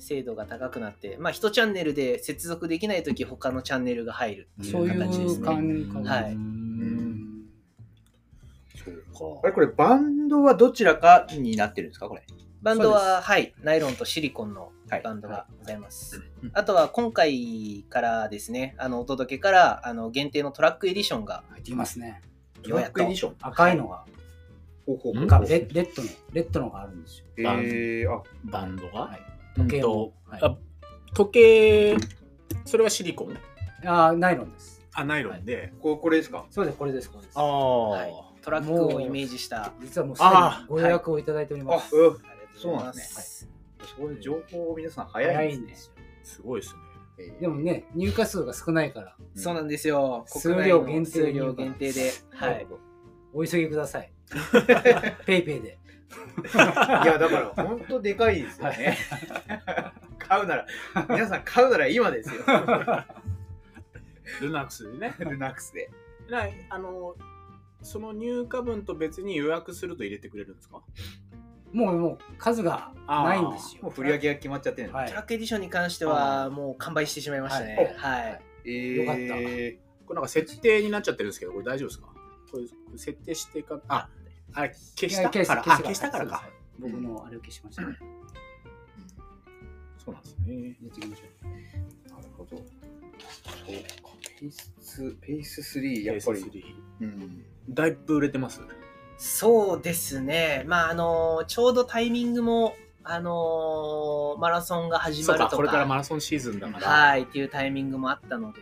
[SPEAKER 4] 精度が高くなって、まあ、1チャンネルで接続できないとき、他のチャンネルが入るってい
[SPEAKER 3] そう
[SPEAKER 4] う
[SPEAKER 3] い
[SPEAKER 4] 形です
[SPEAKER 3] う
[SPEAKER 4] ね。
[SPEAKER 3] 感覚、
[SPEAKER 4] はいう
[SPEAKER 2] ーんそう
[SPEAKER 1] あ
[SPEAKER 2] か
[SPEAKER 1] れ。これバンドはどちらかになってるんですかこれ。
[SPEAKER 4] バンド
[SPEAKER 3] そう
[SPEAKER 4] は、はい、ナイロンとシリコンの
[SPEAKER 1] はい
[SPEAKER 4] バンドがございます。
[SPEAKER 1] うん
[SPEAKER 4] あとは、今回からですね、あのお届けからあの限定のトラックエディションが、
[SPEAKER 3] 入ってきますね
[SPEAKER 1] ブラックエディション。
[SPEAKER 3] 赤いのが
[SPEAKER 1] ほうほう
[SPEAKER 2] うん
[SPEAKER 3] がレレッドのレッドのがあるんですよ
[SPEAKER 1] えー、あ、
[SPEAKER 2] バンドが、
[SPEAKER 3] はい時計も、はい
[SPEAKER 2] あ時計、それはシリコン
[SPEAKER 3] あーナイロンです
[SPEAKER 2] あ、ナイロンで。
[SPEAKER 1] ここれですか
[SPEAKER 3] そうですこれですこれです
[SPEAKER 2] ああ、
[SPEAKER 4] はいトラックをイメージした。
[SPEAKER 3] 実はもうすでに
[SPEAKER 2] あー
[SPEAKER 3] ご予約をいただいておりま
[SPEAKER 1] あ、
[SPEAKER 3] す、
[SPEAKER 1] うん。
[SPEAKER 4] ありがとご
[SPEAKER 1] そ
[SPEAKER 4] ざいま。
[SPEAKER 1] うなんですそういう情報皆さん
[SPEAKER 3] 早
[SPEAKER 1] 早い
[SPEAKER 3] いんですよ
[SPEAKER 2] すごいですね。
[SPEAKER 1] で
[SPEAKER 3] でも、ね入荷数が少ないから
[SPEAKER 1] うん
[SPEAKER 4] そうなんですよ。
[SPEAKER 3] 数
[SPEAKER 4] 国内
[SPEAKER 3] 量
[SPEAKER 4] の
[SPEAKER 3] 限定
[SPEAKER 4] 数量限定で。は
[SPEAKER 1] なる
[SPEAKER 4] い。
[SPEAKER 1] ほ
[SPEAKER 3] お急ぎく ださいペイペイで
[SPEAKER 1] ど。いや、だから本当でかいですよね。買うなら、皆さん買うなら今ですよ。
[SPEAKER 2] ルナックスでね。
[SPEAKER 1] ルナックスで。
[SPEAKER 2] なあのその入荷分と別に予約すると入れてくれるんですか
[SPEAKER 3] もうもう数がないんです
[SPEAKER 1] もう
[SPEAKER 3] よ
[SPEAKER 1] 振り分けが決まっちゃってるの。
[SPEAKER 3] は
[SPEAKER 4] ト
[SPEAKER 3] い
[SPEAKER 4] ラックエディションに関してはもう完売してしまいましたね。はい。
[SPEAKER 1] えー、
[SPEAKER 3] よかっ
[SPEAKER 2] これなんか設定になっちゃってるんですけどこれ大丈夫ですかこれ設定してかああれ消した
[SPEAKER 3] いや
[SPEAKER 2] からあ消したからか
[SPEAKER 3] そうです僕のあれを消しましたね
[SPEAKER 2] そうなんですね
[SPEAKER 3] 入れていきましょう
[SPEAKER 1] なるほど。そうか、ペース2、ペース3、やっぱ
[SPEAKER 2] PS3
[SPEAKER 1] り。うん。
[SPEAKER 2] だいぶ売れてます
[SPEAKER 4] そうですね。まああのちょうどタイミングもあのマラソンが始
[SPEAKER 2] そ
[SPEAKER 4] ま
[SPEAKER 2] う
[SPEAKER 4] る
[SPEAKER 2] か
[SPEAKER 4] とか、
[SPEAKER 2] これからマラソンシーズンだから、
[SPEAKER 4] はいっていうタイミングもあったので、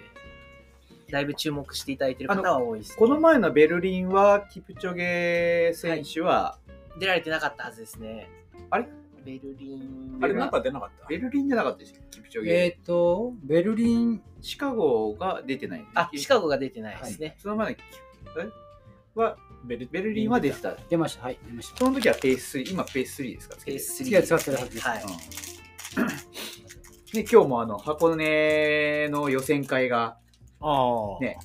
[SPEAKER 4] だいぶ注目していただいてる方は多いです、ね。
[SPEAKER 1] この前のベルリンは、キプチョゲ選手は、
[SPEAKER 4] 出られてなかったはずですね。
[SPEAKER 1] あれ
[SPEAKER 4] ベルリン。
[SPEAKER 2] あれなんか出なかった
[SPEAKER 1] ベルリンじゃなかったですよ、キプチョゲ。
[SPEAKER 3] えっ、とベルリン
[SPEAKER 1] シカゴが出てない。
[SPEAKER 4] あ、シ
[SPEAKER 1] ゴ
[SPEAKER 4] カゴが出てないですね。
[SPEAKER 1] その前のキえは、
[SPEAKER 2] ベル
[SPEAKER 1] ベルリンは出てた。
[SPEAKER 3] 出ましたはい出ました
[SPEAKER 1] その時はペース3、今ペース3ですかつけ
[SPEAKER 4] ペ
[SPEAKER 1] て
[SPEAKER 4] ー
[SPEAKER 1] る
[SPEAKER 4] ス3
[SPEAKER 3] 次は使ってるはずです
[SPEAKER 4] はい。
[SPEAKER 1] うんで今日もあの箱根の予選会が
[SPEAKER 2] ああ、
[SPEAKER 1] ね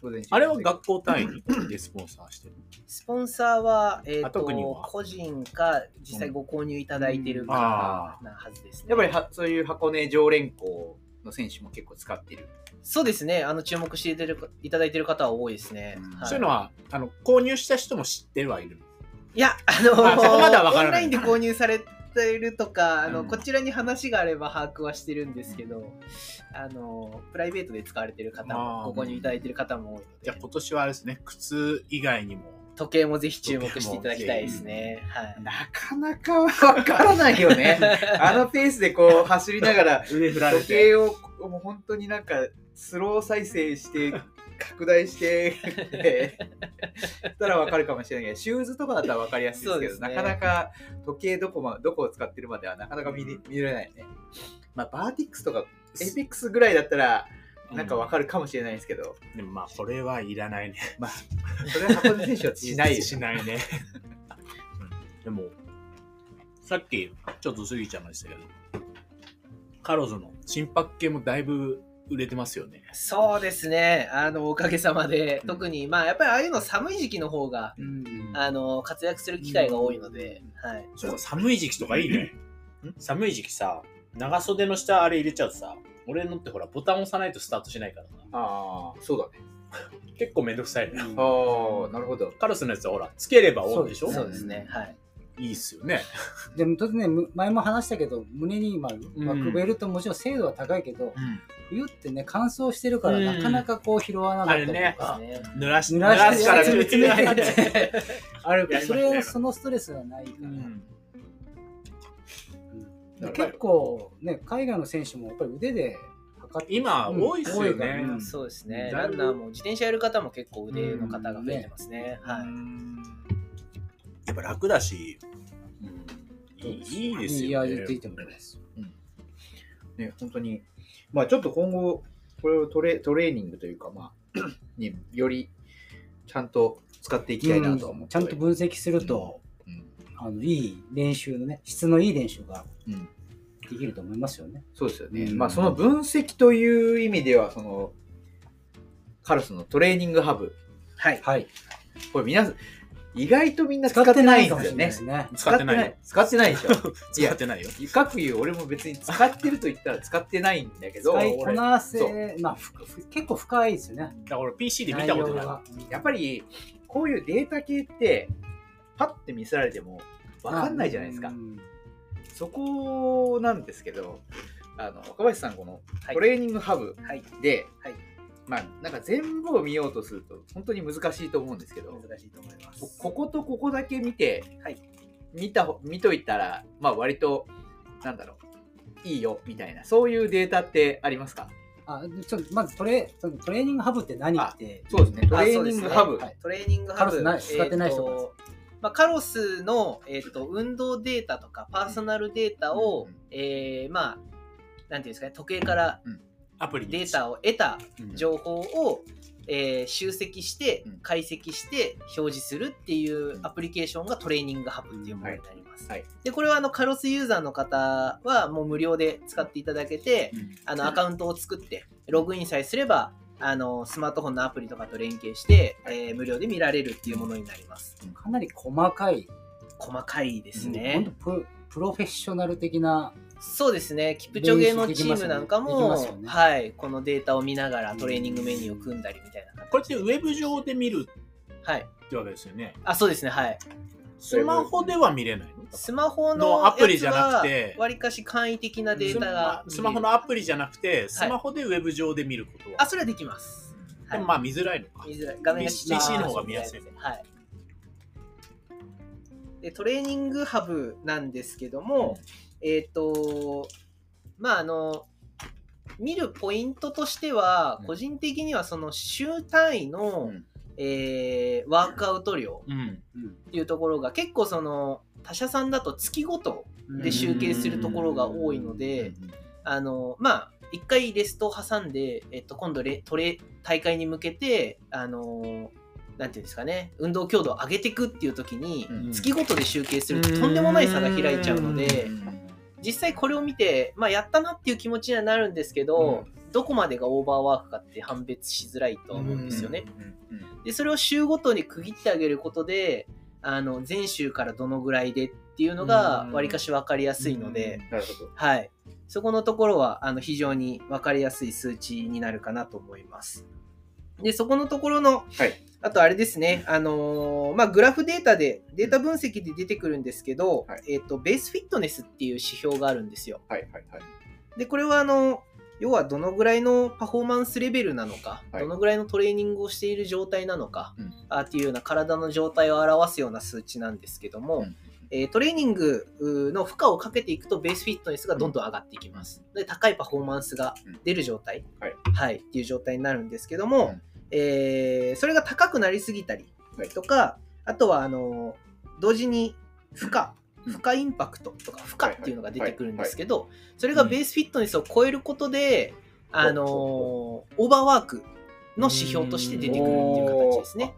[SPEAKER 1] 午前中
[SPEAKER 2] あれは学校単位でスポンサーしてる
[SPEAKER 4] スポンサーは、えー、
[SPEAKER 2] あ特に
[SPEAKER 4] と
[SPEAKER 2] は
[SPEAKER 4] 個人か実際ご購入いただいてる
[SPEAKER 3] うん
[SPEAKER 4] 方なはずです、ね
[SPEAKER 1] やっぱりはそういう箱根常連校の選手も結構使ってる。
[SPEAKER 4] そうですねあの注目していただいてるいただいてる方は多いですね、
[SPEAKER 1] うん
[SPEAKER 4] はい、
[SPEAKER 2] そういうのはあの購入した人も知ってはいる
[SPEAKER 4] いやあの
[SPEAKER 2] あそこまでは分からない
[SPEAKER 4] オンラインで購入されているとかあ
[SPEAKER 1] う
[SPEAKER 4] の、
[SPEAKER 1] ん
[SPEAKER 4] こちらに話があれば把握はしてるんですけど、あのプライベートで使われてる方
[SPEAKER 2] あー
[SPEAKER 4] もご購入いただいてる方も多いの
[SPEAKER 2] じゃあ
[SPEAKER 4] で
[SPEAKER 2] 今年はあれですね靴以外にも
[SPEAKER 4] 時計もぜひ注目していただきたいですね。はい。
[SPEAKER 1] なかなかわからないよ ね。あのペースでこう走りながら、
[SPEAKER 2] 腕振られ
[SPEAKER 1] 時
[SPEAKER 2] て。
[SPEAKER 1] 計をもう本当になんかスロー再生して、拡大して、でしたらわかるかもしれないけど、シューズとかだったらわかりやすいですけど、
[SPEAKER 4] そうです
[SPEAKER 1] な
[SPEAKER 4] ね
[SPEAKER 1] かなか時計どこ,、ま、どこを使ってるまではなかなか見,、
[SPEAKER 2] うん
[SPEAKER 1] 見られないね。まあ、バーティックスとかエイペックスぐらいだったら、なんかわかるかもしれないですけど、
[SPEAKER 2] でもまあ、これはいらないね。
[SPEAKER 1] まあ、それは箱根選手は しない
[SPEAKER 2] しないね。でも、さっき、ちょっと過ぎちゃいましたけど、カローズの心拍計もだいぶ売れてますよね。
[SPEAKER 4] そうですね。あの、おかげさまで、
[SPEAKER 1] うん
[SPEAKER 4] 特に、まあ、やっぱりああいうの寒い時期の方が、
[SPEAKER 3] うん
[SPEAKER 4] あの、活躍する機会が多いので、はい。
[SPEAKER 2] そうか寒い時期とかいいね
[SPEAKER 1] ん。
[SPEAKER 2] 寒い時期さ、長袖の下あれ入れちゃうとさ、俺のってほら、ボタン押さないとスタートしないからさ、
[SPEAKER 1] ああ、そうだね。
[SPEAKER 2] 結構めんどくさいね。
[SPEAKER 1] ああ、なるほど。
[SPEAKER 2] カロスのやつはほら、つければオンでしょ
[SPEAKER 4] そうですね。はい。
[SPEAKER 2] いいっすよね。
[SPEAKER 3] でも当然ねむ前も話したけど胸に今
[SPEAKER 2] ん
[SPEAKER 3] くべるともちろん精度は高いけど、冬ってね乾燥してるから
[SPEAKER 2] うん
[SPEAKER 3] なかなかこう拾わなかったりとか、
[SPEAKER 2] あ
[SPEAKER 4] ですね。
[SPEAKER 2] 濡らし
[SPEAKER 3] 濡
[SPEAKER 2] 濡
[SPEAKER 3] ら
[SPEAKER 2] ら
[SPEAKER 3] し
[SPEAKER 2] してたら
[SPEAKER 3] 集めて
[SPEAKER 2] 濡ら し
[SPEAKER 3] ある
[SPEAKER 2] やりまし
[SPEAKER 3] そ
[SPEAKER 2] たね
[SPEAKER 3] れそのストレスがないから、
[SPEAKER 2] うん
[SPEAKER 3] で結構ね海外の選手もやっぱり腕で測って
[SPEAKER 2] 今
[SPEAKER 3] うん
[SPEAKER 2] 多いっすよね
[SPEAKER 3] から
[SPEAKER 2] うん
[SPEAKER 4] そうですね。
[SPEAKER 2] だ
[SPEAKER 4] ラ
[SPEAKER 2] いぶ
[SPEAKER 4] ンナーも自転車やる方も結構腕の方が増えてますね。は
[SPEAKER 2] う
[SPEAKER 4] い。
[SPEAKER 2] んやっぱ楽だし、いいいいです
[SPEAKER 3] いい
[SPEAKER 2] よね。
[SPEAKER 3] 味ついてもらいます
[SPEAKER 1] ね、本当に、まあちょっと今後、これをトレトレーニングというか、まあ、 によりちゃんと使っていきたいなとは思
[SPEAKER 3] う
[SPEAKER 1] っ
[SPEAKER 3] ん
[SPEAKER 1] て
[SPEAKER 3] ちゃんと分析すると、
[SPEAKER 1] うん
[SPEAKER 3] あのいい練習のね質のいい練習が
[SPEAKER 1] うん
[SPEAKER 3] できると思いますよね、
[SPEAKER 1] そうですよね。
[SPEAKER 3] うん
[SPEAKER 1] まあその分析という意味では、その、カルスのトレーニングハブ、
[SPEAKER 4] はい。
[SPEAKER 3] はい
[SPEAKER 1] これ皆さん、意外とみんな使ってないんですよね。
[SPEAKER 3] すね
[SPEAKER 2] 使ってないよ。
[SPEAKER 1] 使ってない使ってないでしょ。
[SPEAKER 2] 使ってないよ。
[SPEAKER 1] かくいう俺も別に使ってると言ったら使ってないんだけど、
[SPEAKER 3] 使いこ
[SPEAKER 1] 俺
[SPEAKER 3] なせまあふふ結構深いですよね
[SPEAKER 2] だから俺 PC で見たこと
[SPEAKER 3] 内
[SPEAKER 2] な
[SPEAKER 3] 容
[SPEAKER 2] い。
[SPEAKER 3] が
[SPEAKER 1] やっぱりこういうデータ系って、パッて見せられても分かんないじゃないですか
[SPEAKER 3] う。ん
[SPEAKER 1] そこなんですけど、あの若林さん、この
[SPEAKER 4] はい
[SPEAKER 1] トレーニングハブ
[SPEAKER 4] はい。
[SPEAKER 1] で、
[SPEAKER 4] はい
[SPEAKER 1] まあ、なんか全部を見ようとすると、本当に難しいと思うんですけど、こ
[SPEAKER 4] 難しいと思います。
[SPEAKER 1] こことここだけ見て、
[SPEAKER 4] はい
[SPEAKER 1] 見たほ見といたら、まあ、割と、なんだろう、いいよみたいな、そういうデータってありますか
[SPEAKER 3] あちょっとまずトレそのトレーニングハブって何
[SPEAKER 1] あ
[SPEAKER 3] って
[SPEAKER 1] そうですね、ト
[SPEAKER 4] あ
[SPEAKER 1] レーニングハブ。
[SPEAKER 3] はい
[SPEAKER 4] トレーニングハブ
[SPEAKER 3] カロスない使ってない人
[SPEAKER 4] えーとまあ、カロスの、えー、と運動データとかパーソナルデータを、
[SPEAKER 1] うん
[SPEAKER 4] えーまあなんていうんですかね時計から
[SPEAKER 2] アプリ
[SPEAKER 4] データを得た
[SPEAKER 1] うん
[SPEAKER 4] 情報を、えー集積して
[SPEAKER 1] うん
[SPEAKER 4] 解析して表示するっていうアプリケーションがトレーニングハブっていうものに
[SPEAKER 1] は
[SPEAKER 4] なります。
[SPEAKER 1] いはい
[SPEAKER 4] でこれはあのカロスユーザーの方はもう無料で使っていただけて、あのアカウントを作ってログインさえすればあのスマートフォンのアプリとかと連携して、えー無料で見られるっていうものになります
[SPEAKER 3] かなり細かい
[SPEAKER 4] 細かいです
[SPEAKER 3] ほん
[SPEAKER 4] ね
[SPEAKER 3] と、プロプロフェッショナル的な
[SPEAKER 4] そうですねキプチョゲのチームなんか
[SPEAKER 3] 練習でき
[SPEAKER 4] も、
[SPEAKER 3] ますよね
[SPEAKER 4] はいこのデータを見ながらトレーニングメニューを組んだりみたいな
[SPEAKER 2] これってウェブ上で見る
[SPEAKER 4] はい
[SPEAKER 2] ってわけですよね。
[SPEAKER 4] あそうですねはい
[SPEAKER 2] スマホでは見れないの
[SPEAKER 4] スマホの
[SPEAKER 2] のアプリじゃなくて
[SPEAKER 4] わりかし簡易的なデータが
[SPEAKER 2] スマホのアプリじゃなくて、スマホでウェブ上で見ることは。
[SPEAKER 4] あそれはできます
[SPEAKER 2] でもまあ見づらいのか
[SPEAKER 4] 見。づらい画面がちっちゃい
[SPEAKER 2] PC の方が見やすい
[SPEAKER 4] はいでトレーニングハブなんですけども、えっ、とまああの見るポイントとしては、
[SPEAKER 1] うん
[SPEAKER 4] 個人的にはその週単位の、
[SPEAKER 1] うん
[SPEAKER 4] えーワークアウト量
[SPEAKER 2] うん。
[SPEAKER 4] っていうところが結構その他社さんだと月ごと
[SPEAKER 3] うん
[SPEAKER 4] で集計するところが多いので、
[SPEAKER 1] うん
[SPEAKER 4] あのまあ一回レストを挟んで、えっと、今度レトレ大会に向けてあのなんていうんですかね運動強度を上げていくっていう時に、
[SPEAKER 1] うん
[SPEAKER 4] 月ごとで集計するととんでもない差が開いちゃうので実際これを見て、まあ、やったなっていう気持ちにはなるんですけど、どこまでがオーバーワークかって判別しづらいとは思うんですよね。
[SPEAKER 1] うんうん
[SPEAKER 4] でそれを週ごとに区切ってあげることであの全週からどのぐらいでっていうのが
[SPEAKER 2] うん
[SPEAKER 4] わりかし分かりやすいので。
[SPEAKER 1] なるほど。
[SPEAKER 4] はい。そこのところは、あの、非常に分かりやすい数値になるかなと思います。で、そこのところの、
[SPEAKER 1] はい
[SPEAKER 4] あとあれですね、あのーまあ、グラフデータで、データ分析で出てくるんですけど、
[SPEAKER 1] はい
[SPEAKER 4] えっ、と、ベースフィットネスっていう指標があるんですよ。
[SPEAKER 1] はいはいはい。
[SPEAKER 4] で、これはあの、要はどのぐらいのパフォーマンスレベルなのか、
[SPEAKER 1] はい
[SPEAKER 4] どのぐらいのトレーニングをしている状態なのか、
[SPEAKER 1] うん
[SPEAKER 4] あーっていうような体の状態を表すような数値なんですけども、
[SPEAKER 1] うん
[SPEAKER 4] えートレーニングうーの負荷をかけていくとベースフィットネスがどんどん上がっていきます。で高いパフォーマンスが出る状態、
[SPEAKER 1] うんはい
[SPEAKER 4] はい、っていう状態になるんですけども、
[SPEAKER 1] うん
[SPEAKER 4] えーそれが高くなりすぎたりとか、あとはあの同時に負荷
[SPEAKER 1] うん
[SPEAKER 4] 負荷インパクトとか負荷っていうのが出てくるんですけど、それ
[SPEAKER 1] う
[SPEAKER 4] が
[SPEAKER 1] ん
[SPEAKER 4] ベースフィットネスを超えることで、あのーオーバーワークの指標として出てくるっていう形ですね。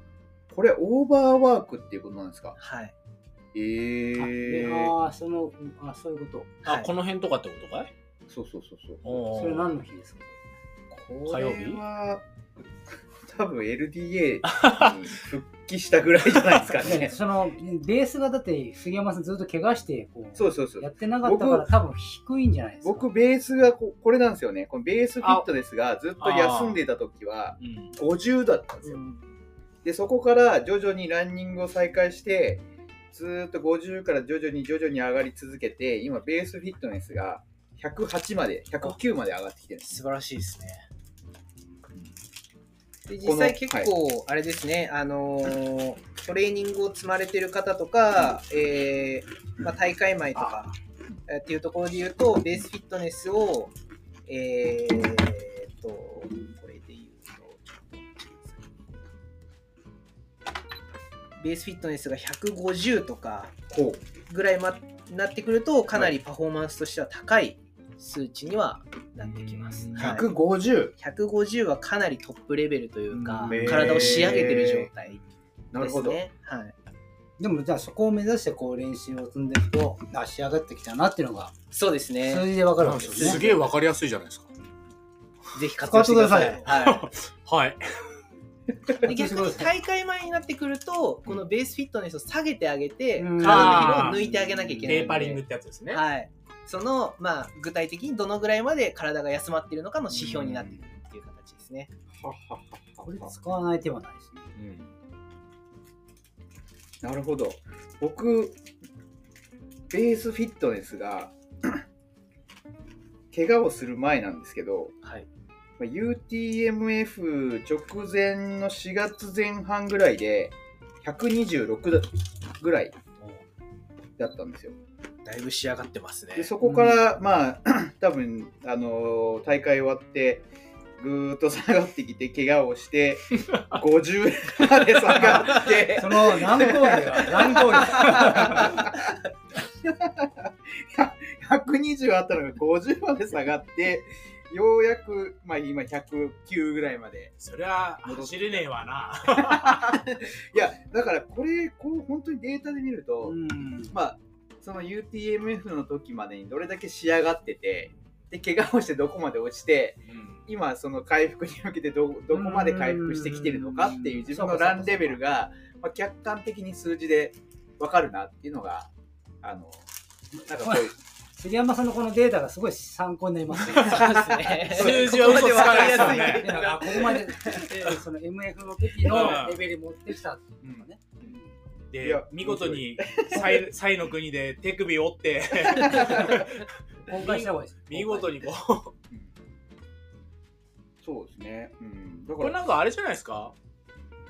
[SPEAKER 1] これオーバーワークっていうことなんですか
[SPEAKER 4] はい、
[SPEAKER 1] え
[SPEAKER 3] あで
[SPEAKER 1] ー、
[SPEAKER 3] あーそのあそういうこと
[SPEAKER 2] あ、
[SPEAKER 4] はい
[SPEAKER 2] この辺とかってことかい
[SPEAKER 1] そうそうそうそう
[SPEAKER 2] おー
[SPEAKER 3] それ何の日ですか
[SPEAKER 1] こ
[SPEAKER 2] 火曜日
[SPEAKER 1] れは多分 LDA に復帰したぐらいじゃないですか ね
[SPEAKER 3] そのベースがだって杉山さんずっと怪我してこう
[SPEAKER 1] そうそうそう
[SPEAKER 3] やってなかったから
[SPEAKER 1] 僕
[SPEAKER 3] 多分低いんじゃないですか
[SPEAKER 1] 僕ベースがここれなんですよねこのベースフィットですがずっと休んでた時は
[SPEAKER 2] うん
[SPEAKER 1] 50だったんですよ、でそこから徐々にランニングを再開してずーっと50から徐々に徐々に上がり続けて今ベースフィットネスが108まで109まで上がってきてるんです
[SPEAKER 4] 素晴らしいですね。で
[SPEAKER 1] この
[SPEAKER 4] 実際結構あれですね、あのートレーニングを積まれてる方とか、えーまあ、大会前とかえーっていうところで言うとベースフィットネスをえーっとこれで言うとちょっと待ってくださいベースフィットネスが150とか
[SPEAKER 1] こ
[SPEAKER 4] ぐらいまなってくるとかなりパフォーマンスとしては高い数値にはなってきます。
[SPEAKER 2] うん
[SPEAKER 1] う
[SPEAKER 4] はい
[SPEAKER 1] 150、
[SPEAKER 4] 150はかなりトップレベルというか、
[SPEAKER 1] うん
[SPEAKER 4] 体を仕上げてる状態ですね。
[SPEAKER 1] なるほど、
[SPEAKER 4] はい、
[SPEAKER 3] でもじゃあそこを目指してこう練習を積んでいくとあ仕上がってきたなっていうのが
[SPEAKER 4] そうです
[SPEAKER 3] 数
[SPEAKER 4] ね。
[SPEAKER 3] 字でわかる
[SPEAKER 2] なんん
[SPEAKER 3] で
[SPEAKER 2] ですす
[SPEAKER 3] よ
[SPEAKER 2] よ
[SPEAKER 3] ね
[SPEAKER 2] すげえわかりやすいじゃないですか。
[SPEAKER 4] ぜひ活用してください。
[SPEAKER 3] 使ってく
[SPEAKER 4] は
[SPEAKER 2] はい。
[SPEAKER 4] い、で逆に大会前になってくると、このベースフィットネスを下げてあげて、
[SPEAKER 3] うん
[SPEAKER 4] 体の疲労を抜いてあげなきゃいけない
[SPEAKER 2] テ
[SPEAKER 4] ので。
[SPEAKER 2] ーパリングってやつですね。
[SPEAKER 4] はい。その、まあ、具体的にどのぐらいまで体が休まっているのかの指標になってくるっていう形ですね。
[SPEAKER 1] はっはっはっは
[SPEAKER 3] これ使わない手はないですね
[SPEAKER 1] うんなるほど僕ベースフィットネスが 怪我をする前なんですけど
[SPEAKER 4] はい。
[SPEAKER 1] まあ UTMF 直前の4月前半ぐらいで126だぐらいだったんですよ。
[SPEAKER 4] だいぶ仕上がってますね
[SPEAKER 1] でそこから、まあ 多分、あのー大会終わってぐーっと下がってきて怪我をして 50まで下がって
[SPEAKER 3] その乱高下が乱高下
[SPEAKER 1] 120あったのが50まで下がってようやく、まあ、今109ぐらいまで
[SPEAKER 2] そりゃ、走れねえわな。
[SPEAKER 1] いやだからこれこう本当にデータで見ると、
[SPEAKER 3] うん
[SPEAKER 1] まあその UTMF の時までにどれだけ仕上がっててで怪我をしてどこまで落ちて今その回復に向けてどどこまで回復してきてるのかっていう自分のランレベルが、まあ、客観的に数字で分かるなっていうのがあのなんかこういう
[SPEAKER 3] 杉山さんのこのデータがすごい参考になりますね
[SPEAKER 4] そうですね。
[SPEAKER 2] 数字は 嘘つかないですよ
[SPEAKER 3] いや
[SPEAKER 2] ね。
[SPEAKER 3] なんかここまでえーその MF の時のレベルに持ってきたっていうのがね
[SPEAKER 1] い
[SPEAKER 2] で
[SPEAKER 1] や、
[SPEAKER 2] 見事に、サイサイの国で手首折って、
[SPEAKER 3] 公開した方がいいです
[SPEAKER 2] 見事にこう。
[SPEAKER 1] そうですね、うん、だか
[SPEAKER 2] これ
[SPEAKER 1] ら
[SPEAKER 2] なんかあれじゃないですか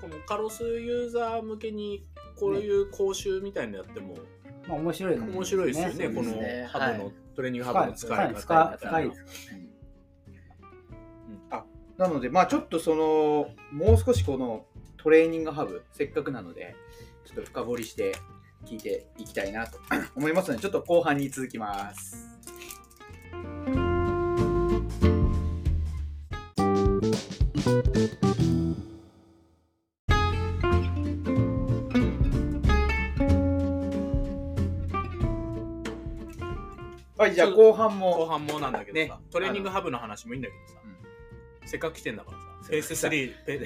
[SPEAKER 2] このカロスユーザー向けにこういう講習みたいなのやっても
[SPEAKER 3] まあ面白いかも
[SPEAKER 2] 面白いですよね、
[SPEAKER 1] うん
[SPEAKER 2] こ
[SPEAKER 1] そう
[SPEAKER 2] の
[SPEAKER 4] ですね
[SPEAKER 2] ハブの、
[SPEAKER 4] はい
[SPEAKER 2] トレーニングハ
[SPEAKER 3] 深
[SPEAKER 2] ブ
[SPEAKER 3] い
[SPEAKER 2] の使
[SPEAKER 3] 深
[SPEAKER 2] い
[SPEAKER 3] い
[SPEAKER 2] 方みたい
[SPEAKER 3] 深。
[SPEAKER 2] ない
[SPEAKER 3] 深いです
[SPEAKER 1] なのでまあちょっとそのもう少しこのトレーニングハブせっかくなのでちょっと深掘りして聞いていきたいなと 思いますのでちょっと後半に続きます。はい、じゃあ後半
[SPEAKER 2] 後
[SPEAKER 1] も
[SPEAKER 2] 半もなんだけどさ、
[SPEAKER 1] ね
[SPEAKER 2] トレーニングハブの話もいいんだけどさ、せっかく来てんだからさフェイス3ペ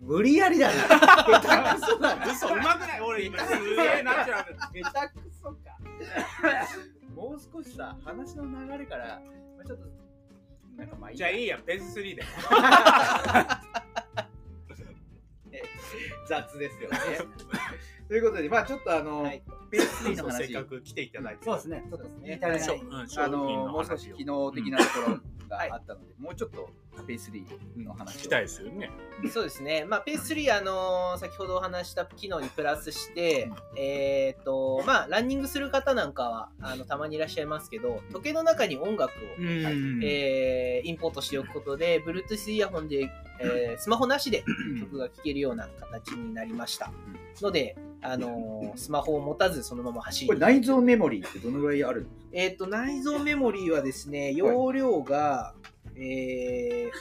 [SPEAKER 1] 無理やりだな下手く そだな
[SPEAKER 2] 嘘うまくない俺今すげえナチュラル
[SPEAKER 1] 下手くそか もう少しさ話の流れからまあちょっとなんかまあいい
[SPEAKER 2] じゃあい
[SPEAKER 1] い
[SPEAKER 2] いやフェイス3で
[SPEAKER 1] 雑です よねということでまあちょっとあの、
[SPEAKER 4] はい
[SPEAKER 1] ベースフリーの
[SPEAKER 2] せっ
[SPEAKER 1] 話
[SPEAKER 2] かく来ていただいて
[SPEAKER 3] そうですねちょっと言いたい
[SPEAKER 2] そううん
[SPEAKER 1] あ
[SPEAKER 2] 商品
[SPEAKER 1] の
[SPEAKER 2] の
[SPEAKER 1] もう少
[SPEAKER 2] 話
[SPEAKER 1] し
[SPEAKER 2] を
[SPEAKER 1] 機能的なところ、があったので、もうちょっとペースリーの話を
[SPEAKER 2] 聞きたいですよね。
[SPEAKER 4] そうですね、まあ、ペース3、あのー先ほどお話した機能にプラスして、えーとまあ、ランニングする方なんかはあのたまにいらっしゃいますけど、時計の中に音楽を、
[SPEAKER 2] うん
[SPEAKER 4] えーインポートしておくことで、Bluetooth イヤホンで、えースマホなしで曲が聴けるような形になりました。ので、あのースマホを持たずそのまま走
[SPEAKER 1] こ
[SPEAKER 4] り
[SPEAKER 1] れ
[SPEAKER 4] に
[SPEAKER 1] 内蔵メモリーってどのぐらいあるんですか
[SPEAKER 4] えっと内蔵メモリーはですね容量が、えーっ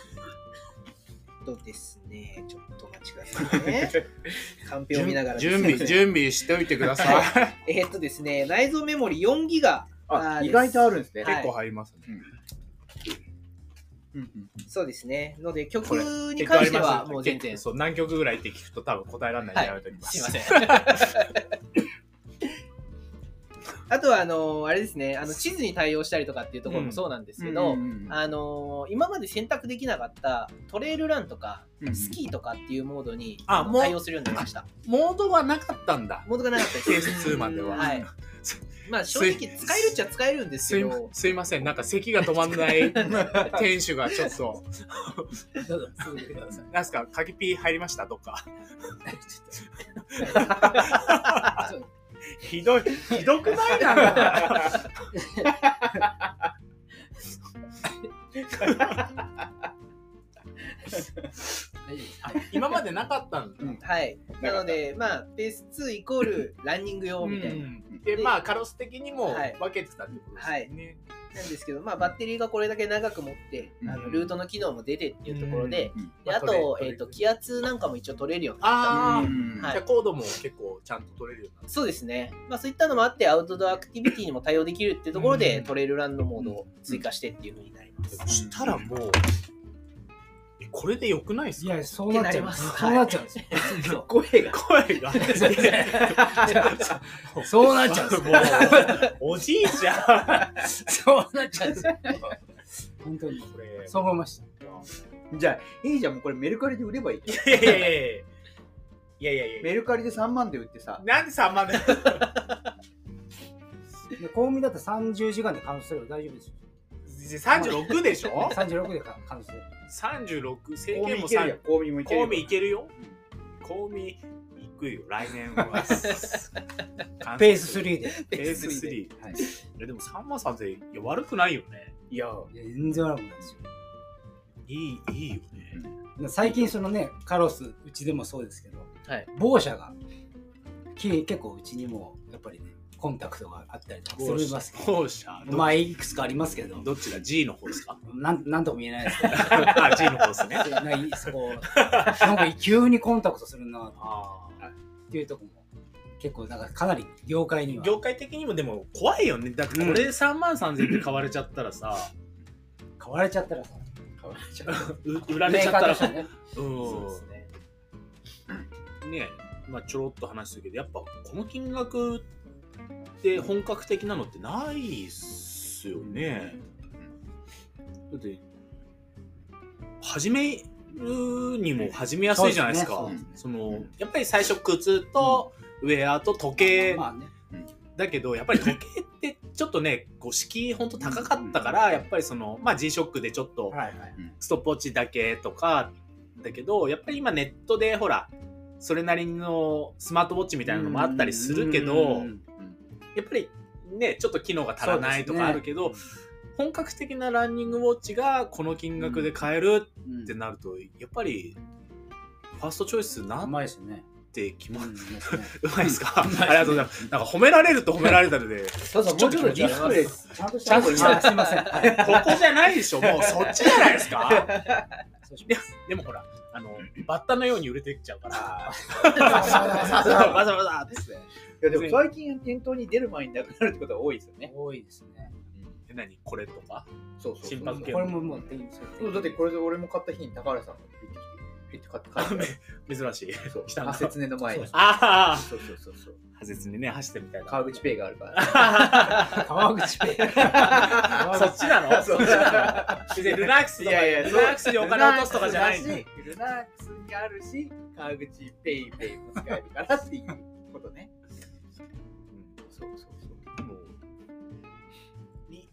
[SPEAKER 4] とですねちょっとお待ちください ねカンペを見ながらです
[SPEAKER 2] 準
[SPEAKER 4] ね
[SPEAKER 2] 備準備しておいてください。
[SPEAKER 4] えーっとですね内蔵メモリー4ギガあー
[SPEAKER 1] あ
[SPEAKER 4] です
[SPEAKER 1] 意外とあるんですね。
[SPEAKER 4] はい
[SPEAKER 2] 結構入りますね。
[SPEAKER 1] うんうん
[SPEAKER 4] そうですねので曲
[SPEAKER 2] これ
[SPEAKER 4] に関し
[SPEAKER 2] 結構あり
[SPEAKER 4] ては
[SPEAKER 2] ます
[SPEAKER 4] もう全然
[SPEAKER 2] 結構そう何曲ぐらいって聞くと多分答えられないんでやめときますす。
[SPEAKER 4] いませんあとはあのーあれですねあの地図に対応したりとかっていうところもそうなんですけど、
[SPEAKER 1] うんうんうん
[SPEAKER 4] あのー今まで選択できなかったトレイルランとか
[SPEAKER 1] うんうん
[SPEAKER 4] スキーとかっていうモードに
[SPEAKER 2] あ
[SPEAKER 4] あの
[SPEAKER 2] もう
[SPEAKER 4] 対応するようになりました。
[SPEAKER 2] モードはなかったんだ。
[SPEAKER 4] モードがなかったです。
[SPEAKER 2] ケース2までは。
[SPEAKER 4] はい。まあ正直使えるっちゃ使えるんです
[SPEAKER 2] す
[SPEAKER 4] け
[SPEAKER 2] い
[SPEAKER 4] ど、
[SPEAKER 2] すいません、なんか咳が止まんない店主がちょっと、なんすか、鍵ピー入りましたとか。ひどい、ひどくないな。今までなかったんだ。
[SPEAKER 4] はい。
[SPEAKER 1] なか
[SPEAKER 4] な
[SPEAKER 1] った
[SPEAKER 4] のでまあペース2イコールランニング用みたいな。
[SPEAKER 2] うんで、まあ、カロス的にも
[SPEAKER 4] はい
[SPEAKER 2] 分けてたってことですよね。
[SPEAKER 4] なんですけど、まあバッテリーがこれだけ長く持って、あ
[SPEAKER 1] う
[SPEAKER 4] の
[SPEAKER 1] ん
[SPEAKER 4] ルートの機能も出てっていうところで、
[SPEAKER 1] うん
[SPEAKER 4] で
[SPEAKER 2] まあ
[SPEAKER 4] あと
[SPEAKER 2] 取れ
[SPEAKER 4] えっ、
[SPEAKER 2] る
[SPEAKER 4] と気圧なんかも一応取れるようになった。
[SPEAKER 2] あ
[SPEAKER 1] う
[SPEAKER 2] あ、
[SPEAKER 1] ん
[SPEAKER 4] はい
[SPEAKER 2] じゃあコードも結構ちゃんと取れるようになっ
[SPEAKER 4] そうですね、まあ、そういったのもあってアウトドアアクティビティにも対応できるっていうところで、
[SPEAKER 2] うん
[SPEAKER 4] トレイルランドモードを追加してっていうふうになります。
[SPEAKER 2] た。そしたらもう、えこれでよくないです
[SPEAKER 3] い
[SPEAKER 2] か
[SPEAKER 3] や、そうなっちゃいます。そうなっちゃうんですよ。
[SPEAKER 1] 声が。
[SPEAKER 2] 声が。
[SPEAKER 3] そうなっちゃうんですよ。
[SPEAKER 2] もう、おじいちゃん。
[SPEAKER 3] そうなっちゃうんですよ。本当に。
[SPEAKER 2] こ れ
[SPEAKER 3] そう思いました。
[SPEAKER 1] じゃあ、いいじゃん、もうこれメルカリで売ればいい。
[SPEAKER 2] いやいやいやいやいやいやいや
[SPEAKER 1] メルカリで3万で売ってさ、
[SPEAKER 2] なんで3万だ
[SPEAKER 3] で公務員だったら30時間で完走すれば大丈夫ですよ。
[SPEAKER 2] 36でしょ
[SPEAKER 3] 36で完走すれば。
[SPEAKER 2] 36制
[SPEAKER 1] 公
[SPEAKER 2] 限も
[SPEAKER 1] 民いけるよ
[SPEAKER 2] 3。
[SPEAKER 1] 公民もい
[SPEAKER 2] コ
[SPEAKER 1] けるよ
[SPEAKER 2] ウミいけるよコウミ行くよ来年 は
[SPEAKER 3] ペース3で。
[SPEAKER 2] ペース3
[SPEAKER 1] はい
[SPEAKER 2] でも3万3000いや悪くないよね
[SPEAKER 1] いや、
[SPEAKER 3] 全然悪くないですよ。
[SPEAKER 2] いいいいよね
[SPEAKER 3] 最近そのね、カロス、うちでもそうですけど、
[SPEAKER 4] はい
[SPEAKER 3] 某社がき結構うちにもやっぱりね、コンタクトがあったりとかするますけ
[SPEAKER 2] 後者
[SPEAKER 3] ど、まあいくつかありますけど、
[SPEAKER 2] どっちが G の方です か
[SPEAKER 3] なんなんとも言えないです けど、
[SPEAKER 2] あ G の方ですね
[SPEAKER 3] なんかそこ、なんか急にコンタクトするな
[SPEAKER 2] あー
[SPEAKER 3] っていうとこも、結構なんかかなり業界には。
[SPEAKER 2] 業界的にもでも怖いよねだってこれで3万3000で買われちゃったらさ
[SPEAKER 3] 買われちゃったらさ、
[SPEAKER 1] 変わっちゃう。
[SPEAKER 2] う売られちゃった
[SPEAKER 3] メーカーと
[SPEAKER 2] ら
[SPEAKER 3] してね、
[SPEAKER 2] うん
[SPEAKER 4] そうですね
[SPEAKER 2] ねまあちょろっと話するけどやっぱこの金額って本格的なのってないっすよねだって始めるにも始めやすいじゃないですか
[SPEAKER 3] そ
[SPEAKER 2] そう
[SPEAKER 3] です
[SPEAKER 1] ね
[SPEAKER 2] のやっぱり最初靴とウェアと時計
[SPEAKER 3] まあね、
[SPEAKER 2] だけどやっぱり時計ってちょっとねこう敷居ほんと高かったからやっぱりそのまあ G ショックでちょっと
[SPEAKER 3] はいはい。
[SPEAKER 2] ストップウォッチだけとかだけどやっぱり今ネットでほらそれなりのスマートウォッチみたいなのもあったりするけど
[SPEAKER 3] うん
[SPEAKER 2] やっぱりねちょっと機能が足らないとかあるけど、本格的なランニングウォッチがこの金額で買える
[SPEAKER 3] うん
[SPEAKER 2] ってなるとやっぱりファーストチョイスな
[SPEAKER 3] う
[SPEAKER 2] っ
[SPEAKER 3] まいですね。
[SPEAKER 2] てき
[SPEAKER 3] う
[SPEAKER 2] ま
[SPEAKER 3] んうまいですね
[SPEAKER 2] うまいですか ありがとうございますなんか褒められると褒められたので
[SPEAKER 1] そうそう、もうちょっとディスプレイ、ちゃんとし
[SPEAKER 3] ちゃ
[SPEAKER 1] た
[SPEAKER 3] ん
[SPEAKER 1] 方が
[SPEAKER 3] と
[SPEAKER 1] いい
[SPEAKER 3] し
[SPEAKER 1] な
[SPEAKER 3] たすいません。はい
[SPEAKER 2] ここじゃないでしょもうそっちじゃないですか
[SPEAKER 3] そうします
[SPEAKER 2] でもほらあのバッタのように売れてっちゃうから
[SPEAKER 1] い
[SPEAKER 2] バサ バサバサって
[SPEAKER 1] やでも最近店頭に出る前になくなるってことが多いですよね。
[SPEAKER 3] 多いですね。
[SPEAKER 2] え何これとか
[SPEAKER 1] そうそうそう。
[SPEAKER 2] 心拍計
[SPEAKER 3] これももう手に
[SPEAKER 1] そうだってこれで俺も買った日に高原さんがピッてきて、ピッて買って帰って
[SPEAKER 2] 珍しい
[SPEAKER 1] たよ。そう、
[SPEAKER 2] 来たな
[SPEAKER 1] 説明の前に。
[SPEAKER 2] あ
[SPEAKER 1] そうそうそうそう。
[SPEAKER 2] あ破絶にね走ってみたいな
[SPEAKER 1] 川口ペイがあるから。
[SPEAKER 3] 川口ペイ。
[SPEAKER 2] そっちなの
[SPEAKER 1] そう
[SPEAKER 2] そっちなの別にルナックスとか
[SPEAKER 1] いやいや
[SPEAKER 2] ルナックスにお金落とすとかじゃない
[SPEAKER 1] ルナックスだしルナックスにあるし、川口ペイペイも使えるからっていうことね。そうそうそう。
[SPEAKER 2] もうい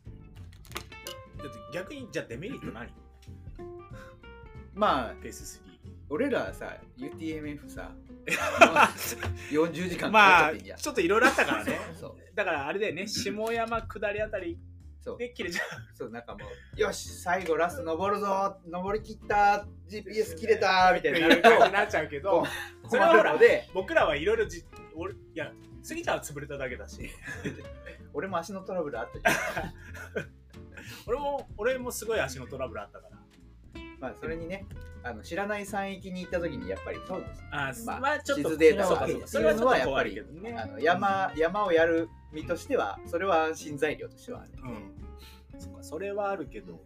[SPEAKER 2] だって逆にじゃあデメリット何
[SPEAKER 1] まあ
[SPEAKER 2] ペース3
[SPEAKER 1] 俺らさ UTMF さ40時間かかっちゃ
[SPEAKER 2] ま
[SPEAKER 1] っ
[SPEAKER 2] あ
[SPEAKER 1] てんじゃん、
[SPEAKER 2] ちょっといろいろあったからね
[SPEAKER 1] そう
[SPEAKER 2] だからあれだよね下山下りあたり
[SPEAKER 1] そう
[SPEAKER 2] で切れちゃ
[SPEAKER 1] そうなんかもうよし最後ラスト登るぞ登り切った GPS 切れたみた
[SPEAKER 2] う
[SPEAKER 1] い
[SPEAKER 2] ってな
[SPEAKER 1] になる
[SPEAKER 2] る
[SPEAKER 1] と
[SPEAKER 2] となっちゃうけどそれは
[SPEAKER 1] 困
[SPEAKER 2] ほ
[SPEAKER 1] る
[SPEAKER 2] ら
[SPEAKER 1] ので
[SPEAKER 2] 僕らはいろいろじ俺いや杉ちゃんは潰れただけだ し
[SPEAKER 1] 俺も足のトラブルあったじ
[SPEAKER 2] 俺も俺もすごい足のトラブルあったから
[SPEAKER 1] ゃんまあそれにねあの知らない山域に行った時にやっぱりそうです
[SPEAKER 2] あ
[SPEAKER 1] まあ
[SPEAKER 2] まあちょっと
[SPEAKER 1] 地図データ
[SPEAKER 2] そう
[SPEAKER 1] を
[SPEAKER 2] かそ
[SPEAKER 1] 上
[SPEAKER 2] う
[SPEAKER 1] げ
[SPEAKER 2] か
[SPEAKER 1] て
[SPEAKER 2] それはちょっと
[SPEAKER 1] やっ
[SPEAKER 2] 怖
[SPEAKER 1] ぱ
[SPEAKER 2] い
[SPEAKER 1] り
[SPEAKER 2] けどね
[SPEAKER 1] あの山山をやる身としてはそれは安心材料としてはね
[SPEAKER 2] うんそっかそれはあるけどだって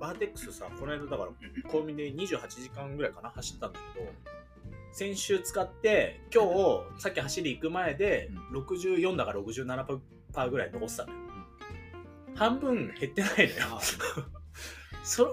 [SPEAKER 2] バーテックスさこの間だからコンビニで28時間ぐらいかな走ったんだけど先週使って今日さっき走り行く前で64だから67パーパーぐらい残ってたのよ、半分減ってないのよ それ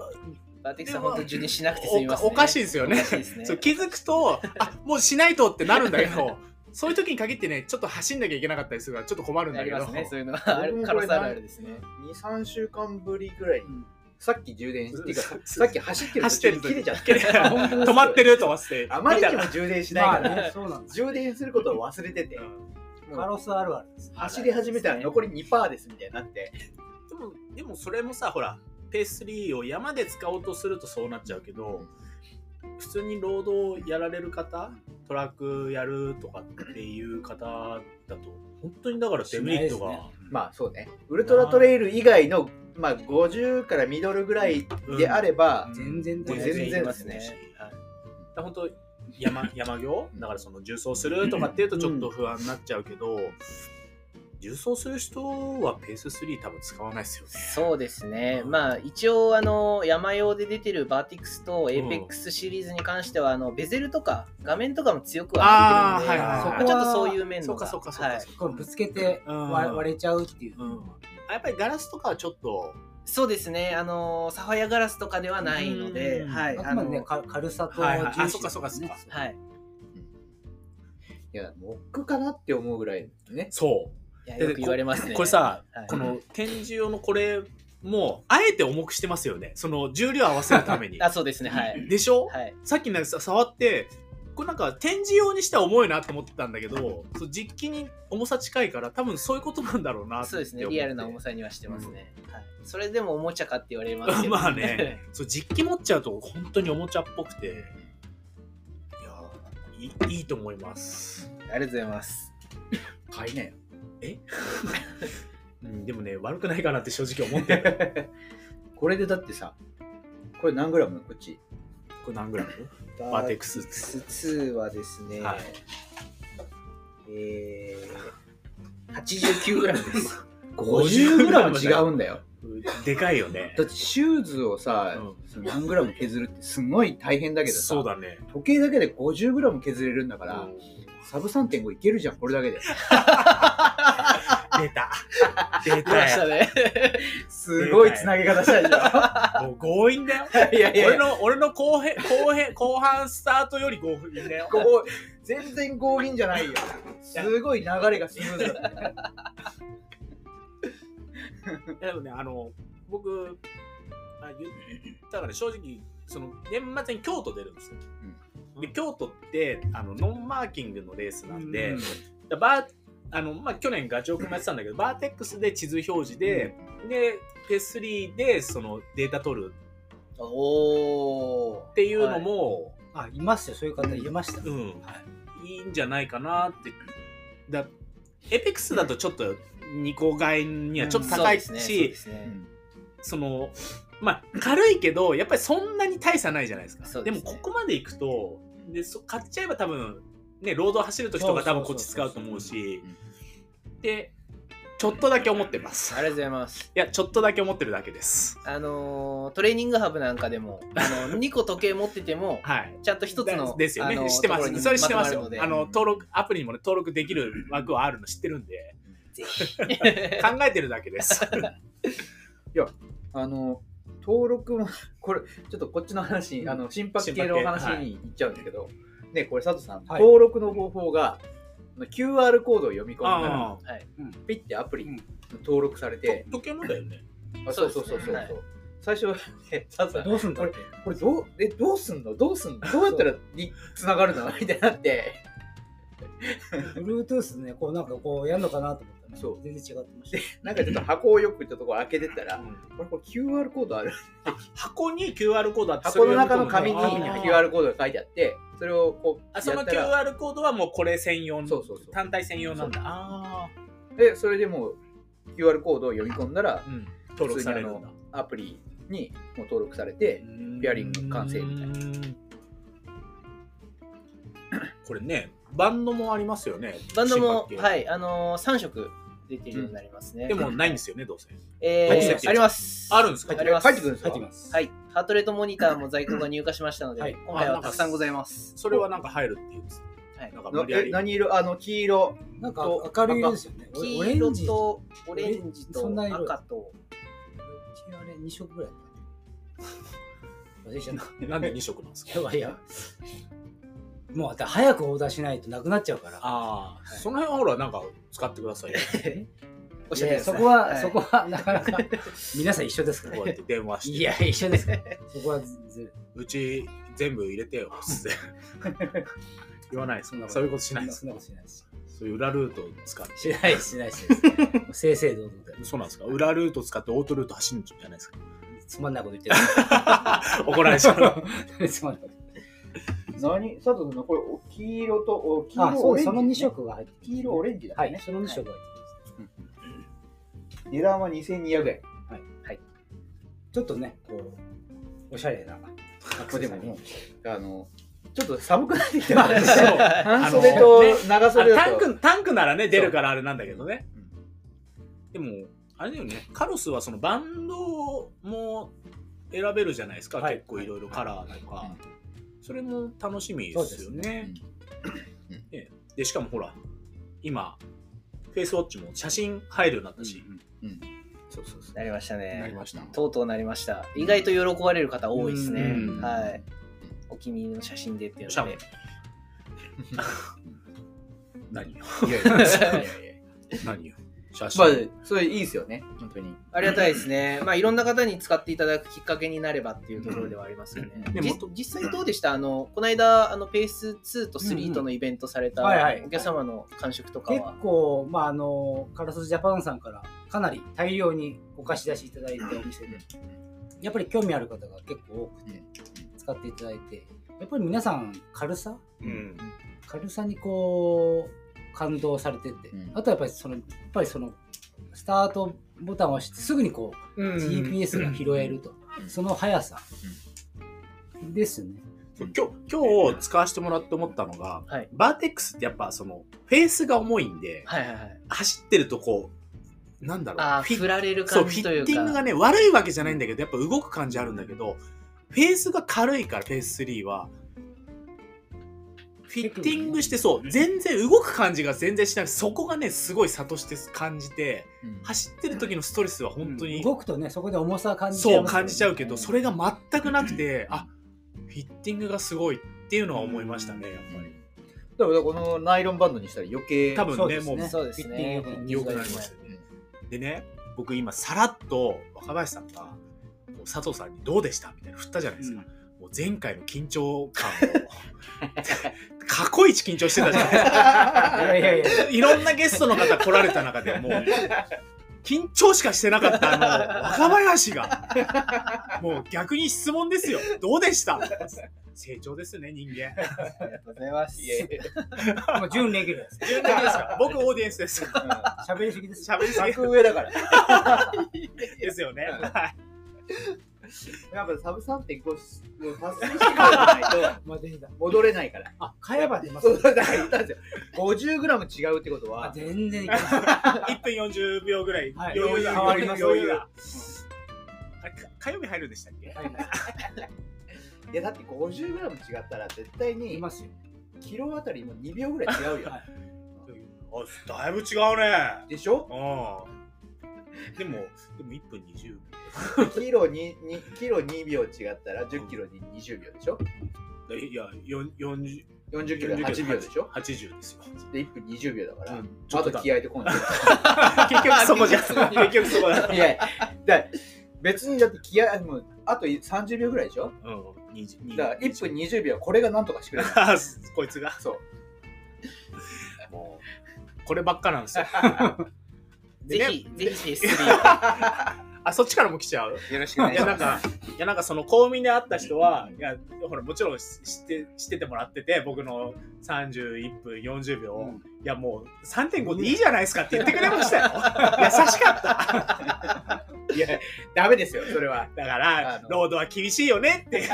[SPEAKER 4] バーテックス
[SPEAKER 2] で
[SPEAKER 4] は
[SPEAKER 2] も
[SPEAKER 4] 本当に充電しなくて済みます、ね、
[SPEAKER 2] おかおかしいですよね
[SPEAKER 4] おかし いですね
[SPEAKER 2] そう気づくとあもうしないとってなるんだけど そういう時に限ってねちょっと走んなきゃいけなかったりするからちょっと困るん
[SPEAKER 4] あ
[SPEAKER 2] だけ
[SPEAKER 4] り
[SPEAKER 2] ど
[SPEAKER 4] ま すねそういうのは ある可能性あるあるですね
[SPEAKER 1] 23週間ぶりぐらいに、
[SPEAKER 4] うん
[SPEAKER 1] さっき充電してか
[SPEAKER 2] そう
[SPEAKER 1] さっき走ってる途中に切れちゃっ
[SPEAKER 2] 切れ
[SPEAKER 1] た
[SPEAKER 2] 止まってると思って
[SPEAKER 1] あまりに
[SPEAKER 2] 見
[SPEAKER 1] も充電しない から、
[SPEAKER 3] まあねそうなんですよ
[SPEAKER 1] 充電することを忘れてて
[SPEAKER 2] たら、
[SPEAKER 1] もう
[SPEAKER 3] カロスあるあるです
[SPEAKER 1] 走り始めたら残り2%ですみたいになって
[SPEAKER 2] でもでもそれもさほらペース3を山で使おうとするとそうなっちゃうけど普通に労働やられる方トラックやるとかっていう方だと本当にだからデメリットが、
[SPEAKER 1] まあそうねウルトラトレイル以外のまあ50からミドルぐらいであれば、
[SPEAKER 3] 全然
[SPEAKER 1] もう全然ですね
[SPEAKER 2] はい、だ本当山 山行だからその重装するとかっていうとちょっと不安になっちゃうけど、重装する人はペース3多分使わないですよね
[SPEAKER 4] そうですね、まあ、一応あの山用で出てるバーティクスとエ
[SPEAKER 2] ん
[SPEAKER 4] ーペックスシリーズに関しては、あのベゼルとか画面とかも強くはなってるので、
[SPEAKER 2] あーはいはい
[SPEAKER 3] はい
[SPEAKER 4] まちょっとそういう面
[SPEAKER 2] そ
[SPEAKER 4] の
[SPEAKER 2] う
[SPEAKER 4] が
[SPEAKER 2] かそうかそうか、
[SPEAKER 4] はい
[SPEAKER 2] そ
[SPEAKER 3] こ
[SPEAKER 2] う
[SPEAKER 3] う
[SPEAKER 2] か
[SPEAKER 3] ぶつけて
[SPEAKER 2] うん
[SPEAKER 3] 割割れちゃうっていう、
[SPEAKER 2] うんあやっぱりガラスとかはちょっと
[SPEAKER 4] そうですねあのサファイアガラスとかではないので、
[SPEAKER 2] うん
[SPEAKER 4] はい、
[SPEAKER 3] あ
[SPEAKER 4] あ
[SPEAKER 3] くま
[SPEAKER 4] の
[SPEAKER 3] でねか軽さと
[SPEAKER 2] はいはいあ
[SPEAKER 3] 重
[SPEAKER 2] そっ
[SPEAKER 3] 視
[SPEAKER 2] かそっかそっか
[SPEAKER 4] はい、
[SPEAKER 1] いやモックかなって思うぐらいね
[SPEAKER 2] そう
[SPEAKER 4] いや
[SPEAKER 2] で
[SPEAKER 4] よく言われますね。
[SPEAKER 2] これさ、
[SPEAKER 4] はい
[SPEAKER 2] この展示用のこれもあえて重くしてますよねその重量合わせるた めに
[SPEAKER 4] あそうですねはい、
[SPEAKER 2] でしょ、
[SPEAKER 4] はい、
[SPEAKER 2] さっきなんかさ触ってこれなんか展示用にしては重いなと思ってたんだけどそう実機に重さ近いから多分そういうことなんだろうなって
[SPEAKER 4] そうですね
[SPEAKER 2] 思って
[SPEAKER 4] リアルな重さにはしてますね、はい、それでもおもちゃかって言われますけど
[SPEAKER 2] まあ ねそう実機持っちゃうと本当におもちゃっぽくていやいいいと思います、
[SPEAKER 4] ありがとうございます
[SPEAKER 1] 買いなよ
[SPEAKER 2] うん、でもね悪くないかなって正直思 ってる
[SPEAKER 1] これでだってさこれ何グラムのこっち
[SPEAKER 2] これ何グラムバーテックス
[SPEAKER 4] 2はですね、
[SPEAKER 2] はい
[SPEAKER 4] えー、89グラム です。
[SPEAKER 1] 50グラム違うんだよ
[SPEAKER 2] でかいよ ね
[SPEAKER 1] だってシューズをさ、何グラム削るってすごい大変だけどさ
[SPEAKER 2] そうだね
[SPEAKER 1] 時計だけで50グラム削れるんだから、
[SPEAKER 2] うん
[SPEAKER 1] サブ3.5いけるじゃんこれだけで
[SPEAKER 2] 出た 出
[SPEAKER 4] 出ました
[SPEAKER 2] よ
[SPEAKER 4] ね。
[SPEAKER 1] すごいつなげ方したでし
[SPEAKER 2] もう強引だよ
[SPEAKER 1] ょ いやいや
[SPEAKER 2] 俺の俺の後編後編後半スタートより強引 だよ
[SPEAKER 1] こう全然強引じゃないよすごい流れがスムーズだった
[SPEAKER 2] でもねあの僕あ言ったから正直その年末に京都出るんですよ、で京都ってあのノンマーキングのレースなんで、だバーあのまあ、去年ガチオ君もやってたんだけど、バーテックスで地図表示で、で、ペスリーでそのデータ取る
[SPEAKER 4] おー。っ
[SPEAKER 2] っていうの、も、
[SPEAKER 3] あいますよそういう方いました、
[SPEAKER 2] うん、
[SPEAKER 3] はい
[SPEAKER 2] い、いんじゃないかなってだエペックスだとちょっと2個買いにはちょっと高いし、
[SPEAKER 4] そうですねそう
[SPEAKER 2] そ
[SPEAKER 4] ですね
[SPEAKER 2] のまあ軽いけどやっぱりそんなに大差ないじゃないですか
[SPEAKER 4] そう
[SPEAKER 2] で
[SPEAKER 4] ですね
[SPEAKER 2] もここまでいくとでそ買っちゃえば多分ねロード走ると人が多分こっち使うと思うしでちょっとだけ思ってます
[SPEAKER 4] ありがとうございます。
[SPEAKER 2] いやちょっとだけ思ってるだけです
[SPEAKER 4] あのートレーニングハブなんかでも、あの2個時計持ってても、
[SPEAKER 2] はい
[SPEAKER 4] ちゃんと一つ の。
[SPEAKER 2] ですよ
[SPEAKER 4] あの
[SPEAKER 2] ね
[SPEAKER 4] ー
[SPEAKER 2] 知ってま
[SPEAKER 4] ところ
[SPEAKER 2] す
[SPEAKER 4] に
[SPEAKER 2] それ知ってます
[SPEAKER 4] と
[SPEAKER 2] よ
[SPEAKER 4] るので
[SPEAKER 2] あの登録アプリにもね登録できる枠はあるの知ってるんで
[SPEAKER 4] ぜ ひ。
[SPEAKER 2] 考えてるだけです。
[SPEAKER 1] あの登録も これちょっとこっちの話、
[SPEAKER 2] うん
[SPEAKER 1] あの心拍系のお話
[SPEAKER 2] 心拍系はい
[SPEAKER 1] に行っちゃうんだけど、ねこれ佐藤さん、
[SPEAKER 3] はい
[SPEAKER 1] 登録の方法があの QR コードを読み込んだら
[SPEAKER 2] あ
[SPEAKER 4] はい。
[SPEAKER 1] ピッてアプリ
[SPEAKER 3] うん
[SPEAKER 1] 登録されて、
[SPEAKER 2] 時計もだよね。
[SPEAKER 1] あそうそうそうそうそう、
[SPEAKER 4] はい
[SPEAKER 1] 最初ね ささ
[SPEAKER 3] どうすんだって。
[SPEAKER 1] これどうえどうすんのどうす んのどうやったらに繋がるの みたいになって。
[SPEAKER 3] Bluetooth ね、こうなんかこうやるのかなと思ったら、
[SPEAKER 1] そう
[SPEAKER 3] 全然違ってました。
[SPEAKER 1] なんかちょっと箱をよくちょっとこう開けてったら、
[SPEAKER 2] うん
[SPEAKER 1] これこれ QR コードある
[SPEAKER 2] 箱に QR コードあってそれ
[SPEAKER 1] 箱
[SPEAKER 2] を
[SPEAKER 1] の
[SPEAKER 2] 読み
[SPEAKER 1] 中
[SPEAKER 2] 込む
[SPEAKER 1] の紙に
[SPEAKER 2] あー
[SPEAKER 1] QR コードが書いてあって、それをこう
[SPEAKER 2] あそ
[SPEAKER 1] や
[SPEAKER 2] の
[SPEAKER 1] ったら、
[SPEAKER 2] QR コードはもうこれ専用の
[SPEAKER 1] そうそうそう
[SPEAKER 2] 単体専用なんだ
[SPEAKER 1] そう
[SPEAKER 2] ああ
[SPEAKER 1] でそれでもう QR コードを読み込んだら、
[SPEAKER 2] うん登録されるん
[SPEAKER 1] 普通
[SPEAKER 2] だ
[SPEAKER 1] アプリにもう登録されて、ペアリング完成みたい
[SPEAKER 2] なこれねバンドもありますよね
[SPEAKER 4] バンドも、
[SPEAKER 2] 新発見
[SPEAKER 4] はい、あのー、3色出てるようになりますね。
[SPEAKER 2] でもないんですよねどうせ
[SPEAKER 4] え
[SPEAKER 2] 入ってま
[SPEAKER 4] ー
[SPEAKER 2] す、
[SPEAKER 4] あります。
[SPEAKER 2] あるんですか
[SPEAKER 4] あります。
[SPEAKER 1] 入ってくるんですか
[SPEAKER 3] 入ってます。
[SPEAKER 4] はい。ハートレートモニターも在庫が入荷しましたので、
[SPEAKER 3] はい
[SPEAKER 4] 今回はたくさんございます。
[SPEAKER 2] それはなんか入るっていうんです
[SPEAKER 4] はい
[SPEAKER 2] なんか無
[SPEAKER 1] の
[SPEAKER 2] 理や
[SPEAKER 1] え
[SPEAKER 2] り
[SPEAKER 1] 何色あの黄色
[SPEAKER 3] なんか明るい色ですよね。オ
[SPEAKER 4] 黄
[SPEAKER 3] レン
[SPEAKER 4] 色
[SPEAKER 3] ジ。
[SPEAKER 4] とオレンジと
[SPEAKER 3] そんな色
[SPEAKER 4] 赤と、
[SPEAKER 3] 黄色あれ2色ぐらいだった。忘れちゃった。
[SPEAKER 2] なんで2色なんですか
[SPEAKER 3] 今日 はいや。もうだって早くオーダーしないとなくなっちゃうから。
[SPEAKER 2] ああ、その辺はほらなんか使ってくださいよ
[SPEAKER 4] お
[SPEAKER 3] い
[SPEAKER 4] っしゃっ
[SPEAKER 3] やいや
[SPEAKER 4] てくだ
[SPEAKER 3] そ
[SPEAKER 4] さい
[SPEAKER 3] こは、
[SPEAKER 4] い
[SPEAKER 3] そこはなかな か皆さん一緒ですか
[SPEAKER 2] こ
[SPEAKER 3] ら
[SPEAKER 2] うやって電話して
[SPEAKER 3] いや一緒ですからそこはずる
[SPEAKER 2] うち全部入れてよっつって言わないです
[SPEAKER 3] そんなこと
[SPEAKER 2] そういうことしないです
[SPEAKER 3] そんなことしないです
[SPEAKER 2] そういう裏ルートを使って
[SPEAKER 3] しないですしないですもう正々堂々で
[SPEAKER 2] そうなんですか裏ルート使ってオートルート走るんじゃないですか
[SPEAKER 3] つまんないこと言ってる
[SPEAKER 2] 怒られちゃう
[SPEAKER 3] つまんないこと
[SPEAKER 1] 何佐藤君のこれお黄色とお黄
[SPEAKER 3] あ
[SPEAKER 1] 色
[SPEAKER 3] そ
[SPEAKER 1] オ
[SPEAKER 3] う
[SPEAKER 1] レンジ、
[SPEAKER 3] その2色が入って
[SPEAKER 1] 黄色オレンジだ
[SPEAKER 3] は
[SPEAKER 1] ね、
[SPEAKER 3] いその2色が入ってます
[SPEAKER 1] 値段は2200円
[SPEAKER 3] ちょっとねこうおしゃれな
[SPEAKER 1] これでももうあのちょっと寒くなってきた
[SPEAKER 2] そう
[SPEAKER 1] 半袖と
[SPEAKER 2] あの
[SPEAKER 1] 長
[SPEAKER 2] あ
[SPEAKER 1] 袖だ
[SPEAKER 2] タン
[SPEAKER 1] と、
[SPEAKER 2] クタンクならね出るからあれなんだけどね
[SPEAKER 1] そう
[SPEAKER 2] でもあれだよねカロスはそのバンドも選べるじゃないですか、
[SPEAKER 3] はい
[SPEAKER 2] 結構いろいろカラーとか、
[SPEAKER 1] はい
[SPEAKER 2] それも楽しみですよ
[SPEAKER 3] そうで
[SPEAKER 2] ねねでしかもほら今フェイスウォッチも写真入るようになったし、
[SPEAKER 1] うんうんそうそうそう
[SPEAKER 4] なりました
[SPEAKER 2] なり
[SPEAKER 4] ね。
[SPEAKER 2] ました
[SPEAKER 4] とうとうなりました。意外と喜ばれる方多いですね
[SPEAKER 2] うん。
[SPEAKER 4] はい。お気に入りの写真でっていう
[SPEAKER 2] シャム
[SPEAKER 4] ので。
[SPEAKER 2] 何よ
[SPEAKER 1] いやいやいやいやいや
[SPEAKER 2] 何よ写真、
[SPEAKER 1] まあそれいいですよね本当に
[SPEAKER 4] ありがたいですね。まあ、いろんな方に使っていただくきっかけになればっていうところではありますよね
[SPEAKER 2] うん。で
[SPEAKER 4] じ
[SPEAKER 2] もと
[SPEAKER 4] 実際どうでしたあの、この間、あの、ペース2と3とのイベントされた
[SPEAKER 3] うんうんはいはい
[SPEAKER 4] お客様の感触とか
[SPEAKER 3] 結
[SPEAKER 4] は。
[SPEAKER 3] 構、まあ、あのカラスジャパンさんからかなり大量にお貸し出しいただいてお店でやっぱり興味ある方が結構多くて使っていただいてやっぱり皆さん軽さ
[SPEAKER 2] うん
[SPEAKER 3] 軽さにこう感動されてて、
[SPEAKER 1] うん
[SPEAKER 3] あとはやっぱりそのやっぱりそのスタートボタンを押してすぐにこう GPS が拾えると、
[SPEAKER 1] うん
[SPEAKER 3] その速さですね。
[SPEAKER 2] 今日今日使わせてもらって思ったのが、
[SPEAKER 4] はい
[SPEAKER 2] バーテックスってやっぱそのフェースが重いんで、
[SPEAKER 4] はいはいはい。
[SPEAKER 2] 走ってるとこうなんだろう
[SPEAKER 4] ああ、
[SPEAKER 2] フィッ
[SPEAKER 4] 振られる
[SPEAKER 2] そうフ
[SPEAKER 4] 感
[SPEAKER 2] ィ
[SPEAKER 4] じとい
[SPEAKER 2] ッ
[SPEAKER 4] う
[SPEAKER 2] ティングが
[SPEAKER 4] か。
[SPEAKER 2] ね悪いわけじゃないんだけどやっぱ動く感じあるんだけどフェースが軽いからフェース3はフィッティングしてそう全然動く感じが全然しなくてそこがねすごい差として感じて
[SPEAKER 1] うん
[SPEAKER 2] 走ってる時のストレスは本当に、
[SPEAKER 3] 動くとねそこで重さ感じちゃい
[SPEAKER 2] そう
[SPEAKER 3] ますよね
[SPEAKER 2] 感じちゃうけどそれが全くなくてあフィッティングがすごいっていうのは思いましたねやっぱり
[SPEAKER 1] だからこのナイロンバンドにしたら余計
[SPEAKER 2] 多分
[SPEAKER 3] そう
[SPEAKER 2] ね
[SPEAKER 3] です
[SPEAKER 2] もう
[SPEAKER 3] ね
[SPEAKER 4] そうですね
[SPEAKER 3] フィッティング
[SPEAKER 2] 良くなりましたよねでね僕今さらっと若林さんがこう佐藤さんに「どうでした?」みたいな振ったじゃないですか、もう前回の緊張感を 過去一緊張してたじゃないですか
[SPEAKER 3] いやいやいや
[SPEAKER 2] いろんなゲストの方来られた中でもう緊張しかしてなかったあの若林がもう逆に質問ですよ「どうでした?」成長ですね人間
[SPEAKER 4] ありがとうございます。
[SPEAKER 1] いやいや
[SPEAKER 3] もう準レギュラー です
[SPEAKER 2] 自分だけですか僕オーディエンスです
[SPEAKER 3] 喋りすぎです
[SPEAKER 2] 喋りすぎ
[SPEAKER 1] 格上だから。
[SPEAKER 2] ですよねはい
[SPEAKER 1] やっぱサブ3.5を達成してからじゃないと
[SPEAKER 3] まあ出てきた
[SPEAKER 1] 戻れないから。
[SPEAKER 3] あ買えば出ます
[SPEAKER 1] そうだから言ったんですよ。50グラム違うってこと
[SPEAKER 3] あ
[SPEAKER 1] は、
[SPEAKER 3] 全然いけます
[SPEAKER 2] 1分40秒ぐらい
[SPEAKER 3] はい
[SPEAKER 2] 余裕だ
[SPEAKER 3] 余裕
[SPEAKER 2] 余裕
[SPEAKER 1] 余裕
[SPEAKER 2] だあれか火曜日入るんでしたっけ
[SPEAKER 3] はいはい
[SPEAKER 1] いやだって50グラム違ったら絶対
[SPEAKER 3] い
[SPEAKER 1] に
[SPEAKER 3] ますよ
[SPEAKER 1] キロあたりも2秒ぐらい違うよ
[SPEAKER 3] は。
[SPEAKER 2] あ
[SPEAKER 3] い
[SPEAKER 2] だいぶ違うね
[SPEAKER 1] でしょ
[SPEAKER 2] うんでもでも1分20秒
[SPEAKER 1] キロににキロ2秒違ったら10キロに20秒でしょ
[SPEAKER 2] いや、よん40
[SPEAKER 1] 40キロで8秒でしょ
[SPEAKER 2] ?80 ですよ。
[SPEAKER 1] で1分20秒だから、
[SPEAKER 2] うん
[SPEAKER 1] あと気合でこない
[SPEAKER 2] 結局そこじゃん。結局そこだ。
[SPEAKER 1] いやいやだから別にだって気合もうあと30秒ぐらいでしょ
[SPEAKER 2] うん。20
[SPEAKER 1] だから1分20秒これがなんとかしてくれる
[SPEAKER 2] あー こいつが。
[SPEAKER 1] そう
[SPEAKER 2] もう、こればっかなんですよ。
[SPEAKER 4] ぜ
[SPEAKER 2] でね
[SPEAKER 4] ひ、ぜひ PS3
[SPEAKER 2] あ、そっちからも来ちゃう
[SPEAKER 4] よろしくお願
[SPEAKER 2] い
[SPEAKER 4] いし
[SPEAKER 2] や、な
[SPEAKER 4] ま
[SPEAKER 2] ん
[SPEAKER 4] す。
[SPEAKER 2] か、いや、なんかその公民で会った人は、いや、ほら、もちろん知って、知っててもらってて、僕の31分40秒を、
[SPEAKER 3] うん
[SPEAKER 2] いや、もう3.5でいいじゃないですかって言ってくれましたよ。優しかった。
[SPEAKER 1] いやダメですよそれは
[SPEAKER 2] だから
[SPEAKER 1] あ、の
[SPEAKER 2] ロードは厳しいよねって いう。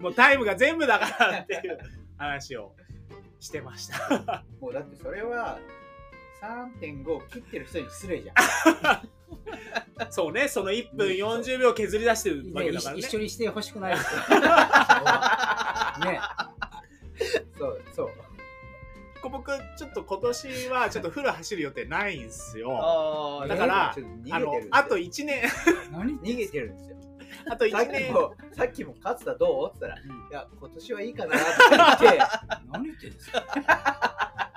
[SPEAKER 2] もうタイムが全部だからっていう話をしてました。
[SPEAKER 1] もうだってそれは3.5を切ってる人に失礼じゃん
[SPEAKER 2] そうね、その1分40秒削り出してるわけ
[SPEAKER 3] ね
[SPEAKER 2] だから
[SPEAKER 3] 一
[SPEAKER 2] ね
[SPEAKER 3] 一。緒にしてほしくな いですよね
[SPEAKER 1] そうそう
[SPEAKER 2] 僕、ちょっと今年はちょっとフル走る予定ないんすよ。
[SPEAKER 4] あ ー
[SPEAKER 2] だから
[SPEAKER 1] ちょっと逃げて
[SPEAKER 2] あ
[SPEAKER 1] るん
[SPEAKER 2] の
[SPEAKER 1] ですよ、
[SPEAKER 2] あと1年、
[SPEAKER 3] 何
[SPEAKER 1] 逃げてるんですよ
[SPEAKER 2] あと
[SPEAKER 1] さ
[SPEAKER 2] 1
[SPEAKER 1] っき
[SPEAKER 2] 年。
[SPEAKER 1] もさっきも勝つだどうって言ったら
[SPEAKER 3] うん
[SPEAKER 1] いや今年はいいかなって言って
[SPEAKER 3] 何言ってんですか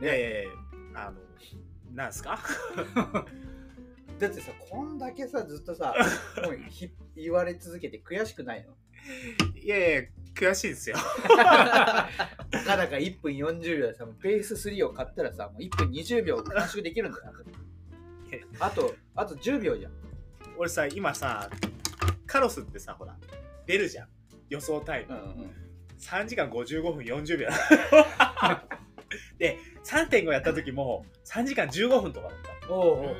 [SPEAKER 2] いやいやいや、あの、なんすか
[SPEAKER 1] だってさこんだけさずっと さもうひ言われ続けて悔しくない の
[SPEAKER 2] いやいや、悔しいですよ。
[SPEAKER 1] たかだか1分40秒でさベース3を買ったらさもう1分20秒完食できるんだよあとあと10秒じゃん
[SPEAKER 2] 俺さ、今さ、カロスってさ、ほら、出るじゃん。予想タイム。3時間55分40秒 で3.5やった時も3時間15分とかだった
[SPEAKER 1] おうおうおう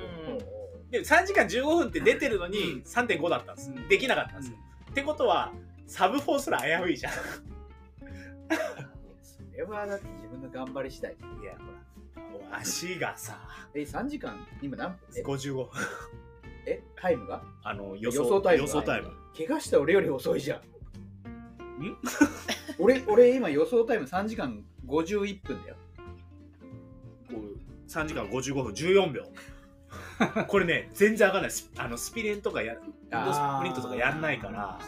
[SPEAKER 4] うん
[SPEAKER 2] で3時間15分って出てるのに3.5だったんです
[SPEAKER 3] うん
[SPEAKER 2] できなかったんですよ、ってことはサブ4すら危ういじゃんい
[SPEAKER 1] それはだって自分の頑張り次第
[SPEAKER 2] やほら足がさ
[SPEAKER 1] え3時間今何分え
[SPEAKER 2] 55分
[SPEAKER 1] えタイムが
[SPEAKER 2] あの予
[SPEAKER 1] 予
[SPEAKER 2] 想
[SPEAKER 1] 想タイム
[SPEAKER 2] 予想タイム
[SPEAKER 1] 怪我した俺より遅いじゃん
[SPEAKER 2] ん
[SPEAKER 1] 俺俺今予想タイム3時間51分だよ
[SPEAKER 2] こう3時間55分14秒これね全然上がんないスあのスピレンとかやるウィンドスプリントとかやんないから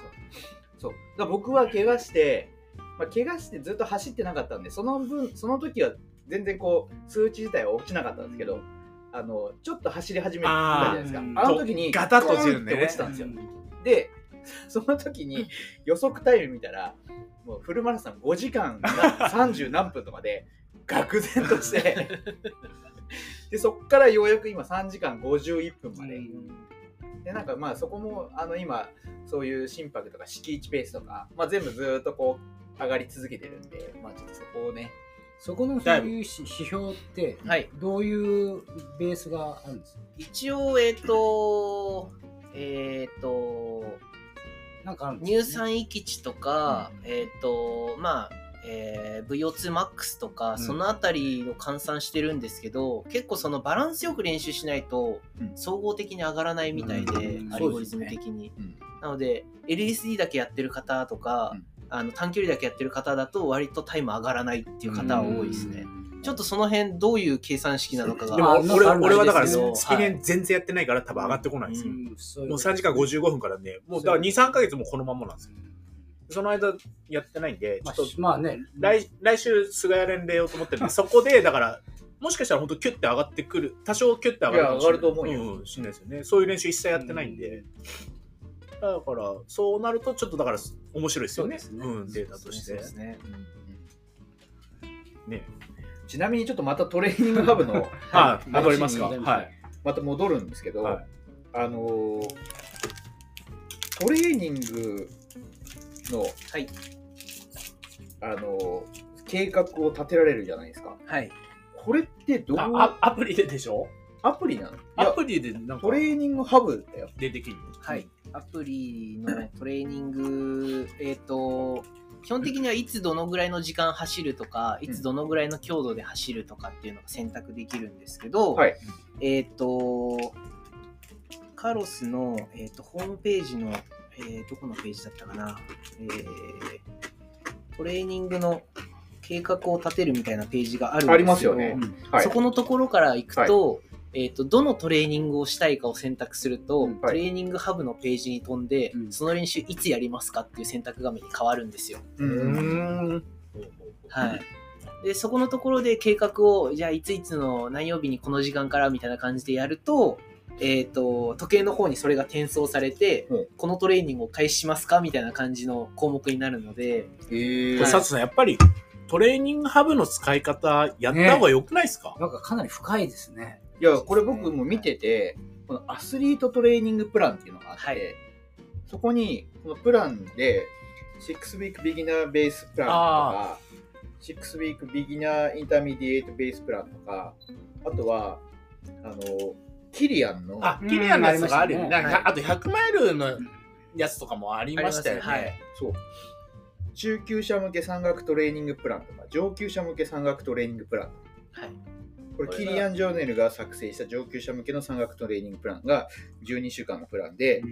[SPEAKER 1] そうだから僕は怪我して、まあ、怪我してずっと走ってなかったんでその分その時は全然こう数値自体は落ちなかったんですけど、あのちょっと走り始めたじゃないですかあ
[SPEAKER 3] あー
[SPEAKER 1] の時に
[SPEAKER 2] ガタッと落ちるね
[SPEAKER 1] ドーンって落ちたんですよ、で その時に予測タイム見たらもうフルマラソン5時間な 30何分とかで愕然として でそっからようやく今3時間51分まで、でなんかまあそこもあの今そういう心拍とか敷地ペースとか、まあ、全部ずーっとこう上がり続けてるんで、まあ、ちょっとそこをね
[SPEAKER 3] そこのそういう指指標って
[SPEAKER 4] はい。
[SPEAKER 3] どういうベースがあるんですか
[SPEAKER 4] 一応、えっと、えっと、
[SPEAKER 3] なんかあるんです
[SPEAKER 4] 乳
[SPEAKER 3] か
[SPEAKER 4] 酸閾値とか、えっと、まあ、えー VO2max とか、
[SPEAKER 1] ん
[SPEAKER 4] そのあたりを換算してるんですけど、結構そのバランスよく練習しないと
[SPEAKER 1] うん
[SPEAKER 4] 総合的に上がらないみたいで、
[SPEAKER 3] うん
[SPEAKER 4] アルゴリズム的に、
[SPEAKER 1] うん
[SPEAKER 4] なので LSD だけやってる方とか、
[SPEAKER 1] うん
[SPEAKER 4] あの短距離だけやってる方だと割とタイム上がらないっていう方は多いですね、ちょっとその辺どういう計算式なのかが
[SPEAKER 2] でも
[SPEAKER 3] あ
[SPEAKER 2] 俺
[SPEAKER 3] なんか
[SPEAKER 2] 俺はだから
[SPEAKER 4] あ
[SPEAKER 2] ス
[SPEAKER 4] るんです
[SPEAKER 2] ス
[SPEAKER 4] け
[SPEAKER 2] ピ
[SPEAKER 4] ど
[SPEAKER 2] レン全然やってないから多分上がってこないんですよ、もう3時間55分からね、もうだから2、3ヶ月もこのまんまなんですよ。その間やってないんで、ちょ
[SPEAKER 3] ま
[SPEAKER 2] っ
[SPEAKER 3] あ
[SPEAKER 2] と
[SPEAKER 3] まあね
[SPEAKER 2] 来来週、菅谷連れようと思ってるんで、そこで、だから、もしかしたら本当キュッて上がってくる、多少キュッて上がるかもしれない
[SPEAKER 1] いや上がると思うよ
[SPEAKER 2] んんしれないですよね。そういう練習一切やってないんで。だから、そうなると、ちょっとだから、面白いですよね。
[SPEAKER 3] そうですね
[SPEAKER 2] うん、データとして。
[SPEAKER 4] そうですね
[SPEAKER 2] ね。
[SPEAKER 1] ちなみにちょっとまたトレーニングハブの
[SPEAKER 2] あ、
[SPEAKER 1] はい
[SPEAKER 2] 戻りますか。
[SPEAKER 1] 話に
[SPEAKER 2] はい。
[SPEAKER 1] また戻るんですけど、
[SPEAKER 2] はい
[SPEAKER 1] あのートレーニングの、
[SPEAKER 4] はい
[SPEAKER 1] あのー計画を立てられるじゃないですか
[SPEAKER 4] はい
[SPEAKER 1] これってどう
[SPEAKER 2] あ、あアプリででしょ
[SPEAKER 1] アプリなのい
[SPEAKER 2] ア
[SPEAKER 1] や
[SPEAKER 2] プリでなんか
[SPEAKER 1] トレーニングハブだよ
[SPEAKER 2] 出てきる。
[SPEAKER 4] はい。、アプリのトレーニング、えっ、と、基本的にはいつどのぐらいの時間走るとか、いつどのぐらいの強度で走るとかっていうのが選択できるんですけど、
[SPEAKER 1] はい
[SPEAKER 4] えっ、と、カロスの、えー、とホームページの、えーどこのページだったかな、えートレーニングの計画を立てるみたいなページがあるんですけど
[SPEAKER 1] ありますよね
[SPEAKER 3] うん
[SPEAKER 1] はい
[SPEAKER 4] そこのところから行くと、えっとどのトレーニングをしたいかを選択すると、
[SPEAKER 3] うん
[SPEAKER 1] はい
[SPEAKER 4] トレーニングハブのページに飛んで、
[SPEAKER 3] うん
[SPEAKER 4] その練習いつやりますかっていう選択画面に変わるんですよ。
[SPEAKER 1] うん。
[SPEAKER 4] はいでそこのところで計画をじゃあいついつの何曜日にこの時間からみたいな感じでやると,、えっと時計の方にそれが転送されて、
[SPEAKER 1] うん
[SPEAKER 4] このトレーニングを開始しますかみたいな感じの項目になるの
[SPEAKER 1] え
[SPEAKER 4] で
[SPEAKER 2] こ
[SPEAKER 1] え
[SPEAKER 2] れサツさん、やっぱりトレーニングハブの使い方、やった方が良くないですか、
[SPEAKER 3] なんかかなり深いですね。
[SPEAKER 1] いや、これ僕も見てて、このアスリートトレーニングプランっていうのがあって、
[SPEAKER 4] はい
[SPEAKER 1] そこに、このプランで、6ウィークビギナーベースプランとか、6ウィークビギナーインターミディエイトベースプランとか、あとは、あの、キリアンの、
[SPEAKER 2] あ、キリアのやつがあるよね。
[SPEAKER 3] うん
[SPEAKER 2] なんか
[SPEAKER 4] はい
[SPEAKER 2] あと100マイルのやつとかもありましたよね。
[SPEAKER 4] ありますねはい
[SPEAKER 1] そう、中級者向け山岳トレーニングプランとか、上級者向け山岳トレーニングプラン
[SPEAKER 4] はい
[SPEAKER 1] これキリアン・ジョーネルが作成した上級者向けの山岳トレーニングプランが12週間のプランで、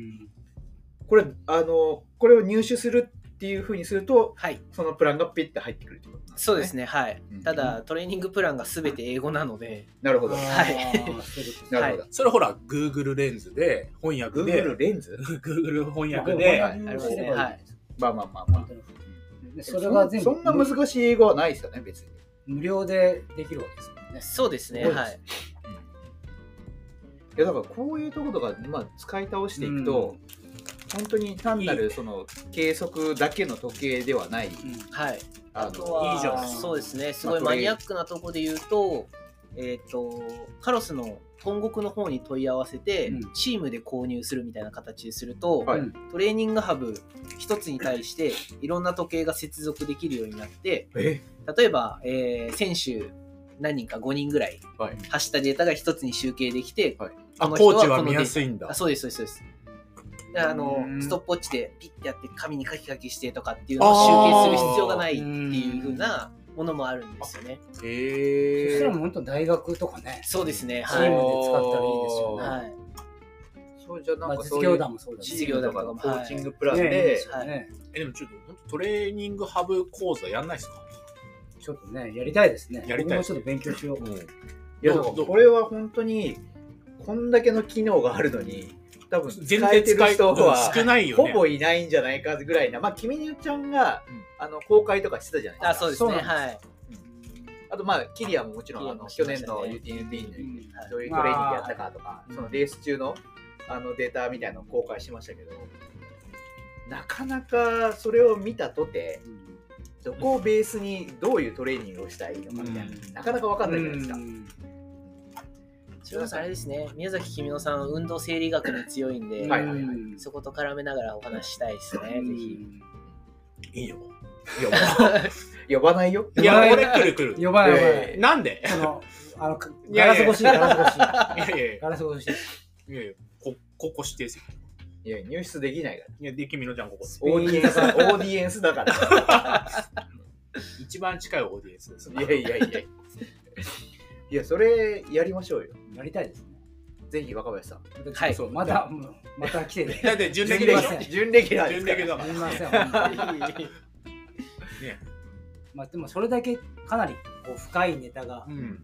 [SPEAKER 1] これあのこれを入手するっていうふうにすると
[SPEAKER 4] はい
[SPEAKER 1] そのプランがピッて入ってくるってことなん
[SPEAKER 4] そうですねはい、
[SPEAKER 1] うん
[SPEAKER 4] ただトレーニングプランが全て英語なので、
[SPEAKER 1] なるほど
[SPEAKER 4] はい
[SPEAKER 3] あー。そういうことですね
[SPEAKER 1] なるほど、
[SPEAKER 2] それほら、Google レンズで、翻訳で、
[SPEAKER 1] Google レンズ
[SPEAKER 2] Google 翻訳
[SPEAKER 1] ま
[SPEAKER 2] で
[SPEAKER 1] あ、
[SPEAKER 3] あ
[SPEAKER 4] な
[SPEAKER 3] れ
[SPEAKER 4] るほ
[SPEAKER 3] は
[SPEAKER 4] どねはい
[SPEAKER 1] まあまあまあま
[SPEAKER 3] 本
[SPEAKER 1] あ
[SPEAKER 3] 当にでそれが全部
[SPEAKER 1] そんな難しい英語はないですよね別に、
[SPEAKER 3] 無料でできるわけですもんね。
[SPEAKER 4] そうですね
[SPEAKER 1] そうです
[SPEAKER 4] はい
[SPEAKER 1] うんいやだからこういうところが、まあ、使い倒していくと、本当に単なるその計測だけの時計ではない
[SPEAKER 4] はい
[SPEAKER 1] あ
[SPEAKER 4] あ
[SPEAKER 1] の
[SPEAKER 4] とはい
[SPEAKER 2] いじゃない
[SPEAKER 4] そうですねすごいマニアックなとこで言うとえっ、とカロスの東国の方に問い合わせて、
[SPEAKER 3] うん
[SPEAKER 4] チームで購入するみたいな形ですると、
[SPEAKER 1] はい
[SPEAKER 3] うん
[SPEAKER 4] トレーニングハブ一つに対していろんな時計が接続できるようになって
[SPEAKER 1] え
[SPEAKER 4] 例えば、えー選手何人か5人ぐらい
[SPEAKER 1] はい
[SPEAKER 4] 走ったデータが一つに集計できて
[SPEAKER 2] あ、
[SPEAKER 4] この
[SPEAKER 2] コ
[SPEAKER 4] 人
[SPEAKER 2] ー
[SPEAKER 4] は
[SPEAKER 2] チは見やすいんだ
[SPEAKER 4] あ。そうですそうですそうですであの
[SPEAKER 1] うん
[SPEAKER 4] ストップウォッチでピッてやって紙にカキカキしてとかっていうのを集計する必要がないっていう風なものもあるんですよね
[SPEAKER 3] そし
[SPEAKER 2] へ
[SPEAKER 3] たら
[SPEAKER 2] ー
[SPEAKER 3] もう本当大学とかね、
[SPEAKER 4] そうですね
[SPEAKER 3] チ
[SPEAKER 4] は
[SPEAKER 3] ームで
[SPEAKER 4] い、
[SPEAKER 3] 使ったらいいですよね。
[SPEAKER 4] はい、
[SPEAKER 1] そうじゃあ
[SPEAKER 3] ま
[SPEAKER 1] な
[SPEAKER 3] あ
[SPEAKER 1] んかそ
[SPEAKER 3] 実
[SPEAKER 1] うい
[SPEAKER 3] 業
[SPEAKER 1] う
[SPEAKER 3] 団もそうだし。
[SPEAKER 1] 事業とかのコーチングプラン
[SPEAKER 3] ね
[SPEAKER 1] で、
[SPEAKER 4] はい
[SPEAKER 3] ね
[SPEAKER 2] えでもちょっと、本当トレーニングハブ講座やんないですか
[SPEAKER 3] ちょっとね、やりたいですね。
[SPEAKER 2] やりたい
[SPEAKER 3] 僕もちょっと勉強しよう。
[SPEAKER 1] いや
[SPEAKER 2] どう
[SPEAKER 1] だから
[SPEAKER 2] どう
[SPEAKER 1] これは本当にこんだけの機能があるのに多分
[SPEAKER 2] 全
[SPEAKER 1] 使え
[SPEAKER 2] 然
[SPEAKER 1] て
[SPEAKER 2] 使
[SPEAKER 1] る
[SPEAKER 2] い
[SPEAKER 1] 人は
[SPEAKER 2] 少ないよ
[SPEAKER 1] ほ
[SPEAKER 2] ね。
[SPEAKER 1] ぼいないんじゃないかぐらいなまあ君にゆちゃんが、
[SPEAKER 2] うん
[SPEAKER 1] あの公開とかしてたじゃないで
[SPEAKER 4] あ
[SPEAKER 1] すか
[SPEAKER 4] そうです
[SPEAKER 3] そ
[SPEAKER 4] ね
[SPEAKER 3] うなん
[SPEAKER 4] はい
[SPEAKER 1] あとまあキリアももちろん
[SPEAKER 4] キリ
[SPEAKER 1] あ
[SPEAKER 4] アも
[SPEAKER 1] の
[SPEAKER 4] し
[SPEAKER 1] 去
[SPEAKER 4] ま
[SPEAKER 1] 年
[SPEAKER 4] したね
[SPEAKER 1] の UTMB の
[SPEAKER 3] うん
[SPEAKER 1] どういうトレーニングやったかとか、そのレース中のあのデータみたいなのを公開しましたけどなかなかそれを見たとてどこをベースにどういうトレーニングをしたらいいのかみたいな、
[SPEAKER 2] うん
[SPEAKER 1] なかなか分かんないじゃないですか。
[SPEAKER 3] うん
[SPEAKER 4] それこそあれですね宮崎君乃さん運動生理学に強いんで、
[SPEAKER 1] はいはいはい
[SPEAKER 3] うん
[SPEAKER 4] そこと絡めながらお話ししたいですね、ぜひ
[SPEAKER 2] いいよ。
[SPEAKER 1] 呼ばないよ。
[SPEAKER 2] いや、俺来る来る。
[SPEAKER 3] 呼ばない呼ばな
[SPEAKER 1] え
[SPEAKER 3] い。
[SPEAKER 2] なんで
[SPEAKER 3] その、あの、
[SPEAKER 2] いや
[SPEAKER 3] ガラ
[SPEAKER 2] い
[SPEAKER 3] ス
[SPEAKER 2] や
[SPEAKER 3] 越し、ガラス越し。
[SPEAKER 2] いやいやい
[SPEAKER 3] ガラス越し。
[SPEAKER 2] やいや、こ、ここ指定席。
[SPEAKER 1] いや入室できないから。
[SPEAKER 2] いや、で、君のちゃんここ。
[SPEAKER 1] オーディエンスだ から。オーディエンスだから。
[SPEAKER 2] 一番近いオーディエンスです。
[SPEAKER 1] いやいやいや。いや、それやりましょうよ。
[SPEAKER 3] やりたいですね。
[SPEAKER 1] ぜひ若林さん。
[SPEAKER 4] はい
[SPEAKER 3] そうまだ、もうまた来 てね。
[SPEAKER 2] だって準レギュ
[SPEAKER 3] レ
[SPEAKER 2] で
[SPEAKER 3] ギ
[SPEAKER 2] し
[SPEAKER 3] ュ
[SPEAKER 2] ょ
[SPEAKER 3] ラー
[SPEAKER 1] 準レギュラーで
[SPEAKER 2] 準
[SPEAKER 1] す
[SPEAKER 2] レ
[SPEAKER 1] か
[SPEAKER 2] ギュラ
[SPEAKER 1] ら。
[SPEAKER 3] す
[SPEAKER 2] ー
[SPEAKER 3] み
[SPEAKER 2] だ
[SPEAKER 3] ま
[SPEAKER 2] か
[SPEAKER 3] せん本当 に。
[SPEAKER 2] ら。ね。
[SPEAKER 3] まあでもそれだけかなりこう深いネタが
[SPEAKER 2] う、ん。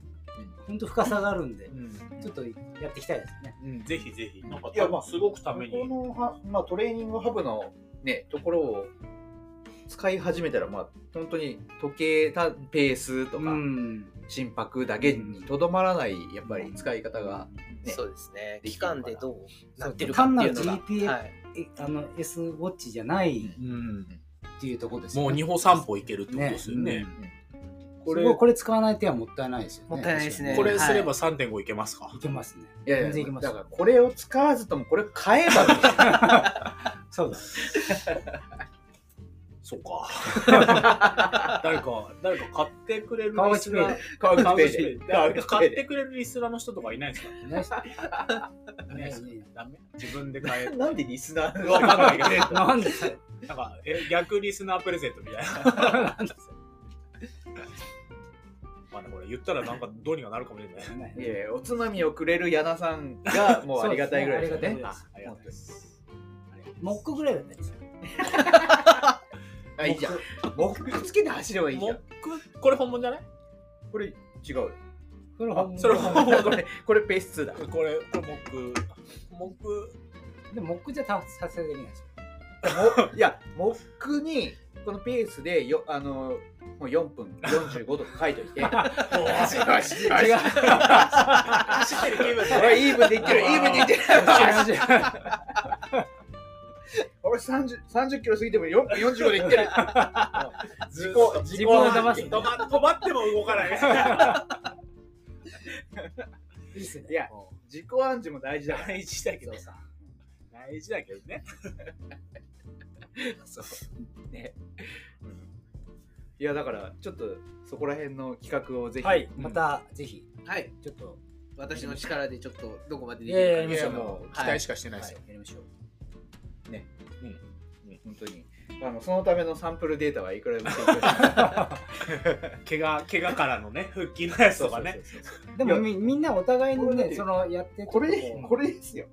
[SPEAKER 3] 本当深さがあるんで
[SPEAKER 2] う、ん。
[SPEAKER 3] ちょっとやっていきたいですね。
[SPEAKER 2] うん、ぜひぜひ。なんか、
[SPEAKER 1] いやまあ
[SPEAKER 2] すごくため
[SPEAKER 1] こ
[SPEAKER 2] に。
[SPEAKER 1] のは、まあ、トレーニングハブのね、ところを使い始めたら、まあ、本当に時計た、ペースとか、
[SPEAKER 3] ん。
[SPEAKER 1] 心拍だけにとどまらない、やっぱり使い方が。ね
[SPEAKER 4] そうですね
[SPEAKER 1] で
[SPEAKER 4] 期
[SPEAKER 1] きるかな
[SPEAKER 4] 間でどうな
[SPEAKER 3] そ
[SPEAKER 4] っ
[SPEAKER 3] う
[SPEAKER 4] てるか
[SPEAKER 3] 単
[SPEAKER 4] っ
[SPEAKER 3] な
[SPEAKER 4] てい
[SPEAKER 3] る
[SPEAKER 4] うのが、
[SPEAKER 3] GPF
[SPEAKER 4] はい、
[SPEAKER 3] えあの S ウォッチじゃない
[SPEAKER 2] うん。
[SPEAKER 3] っていうところですよ
[SPEAKER 2] もう
[SPEAKER 3] ね。
[SPEAKER 2] 二歩三歩いけるってことですよね。
[SPEAKER 3] こ
[SPEAKER 2] こ
[SPEAKER 3] れ
[SPEAKER 2] れ
[SPEAKER 3] これ使わない手はもったいないですよね。
[SPEAKER 4] もったいないですね
[SPEAKER 2] こ
[SPEAKER 3] 確かに
[SPEAKER 2] れすれば3.5いけますか
[SPEAKER 3] いけますね。
[SPEAKER 1] いやいや
[SPEAKER 3] 全然いけます
[SPEAKER 1] だからこれを使わずともこれ買えば いいじゃん
[SPEAKER 3] そうだ。
[SPEAKER 2] そう か。誰か、誰か買ってくれる
[SPEAKER 3] 川
[SPEAKER 2] リ
[SPEAKER 3] 口
[SPEAKER 2] ス
[SPEAKER 3] ペイ
[SPEAKER 2] ナー
[SPEAKER 3] で。
[SPEAKER 1] 川口
[SPEAKER 2] 川
[SPEAKER 1] ペ
[SPEAKER 2] 口
[SPEAKER 1] イ
[SPEAKER 2] ペイ
[SPEAKER 1] で
[SPEAKER 2] で
[SPEAKER 1] 川口ペ
[SPEAKER 2] 買
[SPEAKER 1] イ
[SPEAKER 2] っ
[SPEAKER 1] で
[SPEAKER 2] てくれるリスナーの人とかいないですか
[SPEAKER 3] ね
[SPEAKER 2] ね
[SPEAKER 3] ね
[SPEAKER 2] ダメ自分で買える。
[SPEAKER 1] なんでリスナー
[SPEAKER 2] わかんないけど
[SPEAKER 3] なんで
[SPEAKER 2] なんか、え逆リスナープレゼントみたいな。まあね、これ言ったらなんかどうにかなるかもしれない。
[SPEAKER 1] いやいやおつまみをくれる矢名さん がもうありがたいぐらいですよ
[SPEAKER 3] そう
[SPEAKER 1] ね
[SPEAKER 3] で。
[SPEAKER 2] あありがとうございます。
[SPEAKER 3] もっこぐらいだったんですよ。
[SPEAKER 1] あいいじゃん。モックつけて走ればいいじ
[SPEAKER 2] モ
[SPEAKER 1] ゃ
[SPEAKER 2] ッ
[SPEAKER 1] ん。
[SPEAKER 2] ク、これ本物じゃない
[SPEAKER 1] これ違うよ。
[SPEAKER 3] それ
[SPEAKER 2] あ
[SPEAKER 3] 本
[SPEAKER 2] それ
[SPEAKER 3] 物
[SPEAKER 2] 本
[SPEAKER 1] こ
[SPEAKER 2] 物
[SPEAKER 1] れこれペース2だ
[SPEAKER 2] これ、これ、木、木、
[SPEAKER 3] でも、モックじゃ達成できないでし
[SPEAKER 1] もいやモックにこのペースでよあのもう4分45とか書いとい て違う
[SPEAKER 2] 走ってる気分
[SPEAKER 1] 俺イーブンでいってるイーブンでいってる
[SPEAKER 3] ょ。
[SPEAKER 1] 俺 30, 30キロ過ぎても4分45でいってる
[SPEAKER 2] 自己
[SPEAKER 3] 自分を騙す
[SPEAKER 2] 止ま止まっても動かない
[SPEAKER 3] いいっすね。
[SPEAKER 1] いや
[SPEAKER 3] こう
[SPEAKER 1] 自己暗示も大事だから
[SPEAKER 2] 大事だけど
[SPEAKER 3] そうさ
[SPEAKER 2] 大事だけどね
[SPEAKER 1] そうね、いやだからちょっとそこら辺の企画をぜひ、
[SPEAKER 3] はい、またぜひ、
[SPEAKER 4] はい。
[SPEAKER 3] ちょっと、
[SPEAKER 4] 私の力でちょっとどこまででき
[SPEAKER 3] いやいやい
[SPEAKER 4] るか見
[SPEAKER 3] やい
[SPEAKER 4] せ
[SPEAKER 3] や
[SPEAKER 4] て
[SPEAKER 3] も
[SPEAKER 4] はい
[SPEAKER 2] かして
[SPEAKER 3] はい、
[SPEAKER 2] です
[SPEAKER 3] やりましょう。
[SPEAKER 1] 本当にあのそのためのサンプルデータはいくらでも提供してま
[SPEAKER 2] 怪我怪我からのね復帰のやつ
[SPEAKER 1] す
[SPEAKER 2] とかね
[SPEAKER 1] そうそうそうそう
[SPEAKER 3] でもみみんなお互いに
[SPEAKER 1] これだっ
[SPEAKER 3] ね、
[SPEAKER 1] て
[SPEAKER 3] そのやって
[SPEAKER 1] こ
[SPEAKER 3] ち
[SPEAKER 1] れ
[SPEAKER 3] ょっと
[SPEAKER 1] これですよ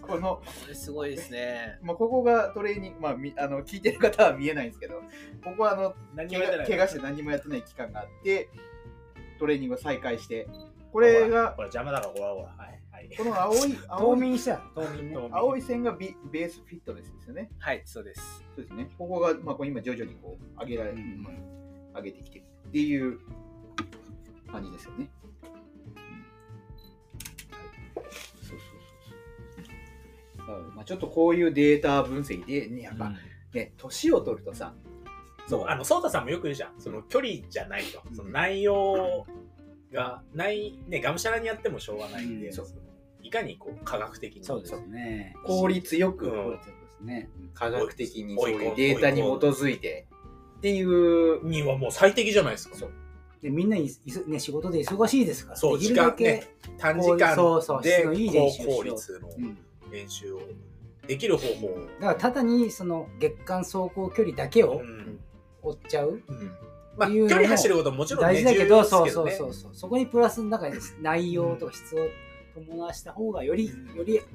[SPEAKER 1] この、
[SPEAKER 4] これすごいですね。
[SPEAKER 1] まあ、ここがトレーニング、まあ、みあの聞いてる方は見えないんですけどここはあの
[SPEAKER 2] 何
[SPEAKER 1] 怪
[SPEAKER 2] もやって
[SPEAKER 1] 我
[SPEAKER 2] ない
[SPEAKER 1] 怪我して何もやってない期間があってトレーニングを再開してこれが
[SPEAKER 2] ほらほら邪魔だからほらほらはいはい
[SPEAKER 1] この青い
[SPEAKER 3] 冬
[SPEAKER 1] 青い
[SPEAKER 3] 眠したら冬眠ね。
[SPEAKER 1] 青い線がビベースフィットネスですよね
[SPEAKER 4] はい、そうです。
[SPEAKER 1] そうですね。ここが、まあ、こう今徐々にこう上げられ、
[SPEAKER 3] うん
[SPEAKER 1] 上げてきてるっていう感じですよね。うんはい、そうそうそうそう。だからまあ、ちょっとこういうデータ分析で、ね、やっぱ、ね、年を取るとさ、
[SPEAKER 2] そうあのソータさんもよく言うじゃんその距離じゃないとその内容がないねがむしゃらにやってもしょうがないんで
[SPEAKER 3] うん
[SPEAKER 2] そのいかにこう科学的に
[SPEAKER 3] そうですね。
[SPEAKER 1] 効率よく、
[SPEAKER 2] うん
[SPEAKER 3] そうですね。
[SPEAKER 1] 科学的にそ
[SPEAKER 2] 追
[SPEAKER 1] う
[SPEAKER 2] い込む
[SPEAKER 1] いうデータに基づいてっていう、
[SPEAKER 2] にはもう最適じゃないですか
[SPEAKER 1] そう
[SPEAKER 3] で、みんないいす、ね、仕事で忙しいですから、
[SPEAKER 2] そう
[SPEAKER 3] できるだけ、
[SPEAKER 2] 時短時間
[SPEAKER 3] そうそう
[SPEAKER 2] で
[SPEAKER 3] 質のいい練
[SPEAKER 2] 高
[SPEAKER 3] 習をしよう
[SPEAKER 2] 効率の
[SPEAKER 3] うん
[SPEAKER 2] 練習をできる方法を、
[SPEAKER 3] だからただにその月間走行距離だけを
[SPEAKER 2] うん
[SPEAKER 3] 追っちゃう、
[SPEAKER 2] まあ、
[SPEAKER 3] いうのも
[SPEAKER 2] 距離走ることももちろん、
[SPEAKER 3] 大
[SPEAKER 2] ね、
[SPEAKER 3] 事だけど、
[SPEAKER 2] 重
[SPEAKER 3] そ
[SPEAKER 2] 要
[SPEAKER 3] う
[SPEAKER 2] です
[SPEAKER 3] そう
[SPEAKER 2] けど
[SPEAKER 3] そ
[SPEAKER 2] ね
[SPEAKER 3] うそうそこにプラスの中に内容とか質を伴わした方がより、
[SPEAKER 2] うん
[SPEAKER 3] よりアッ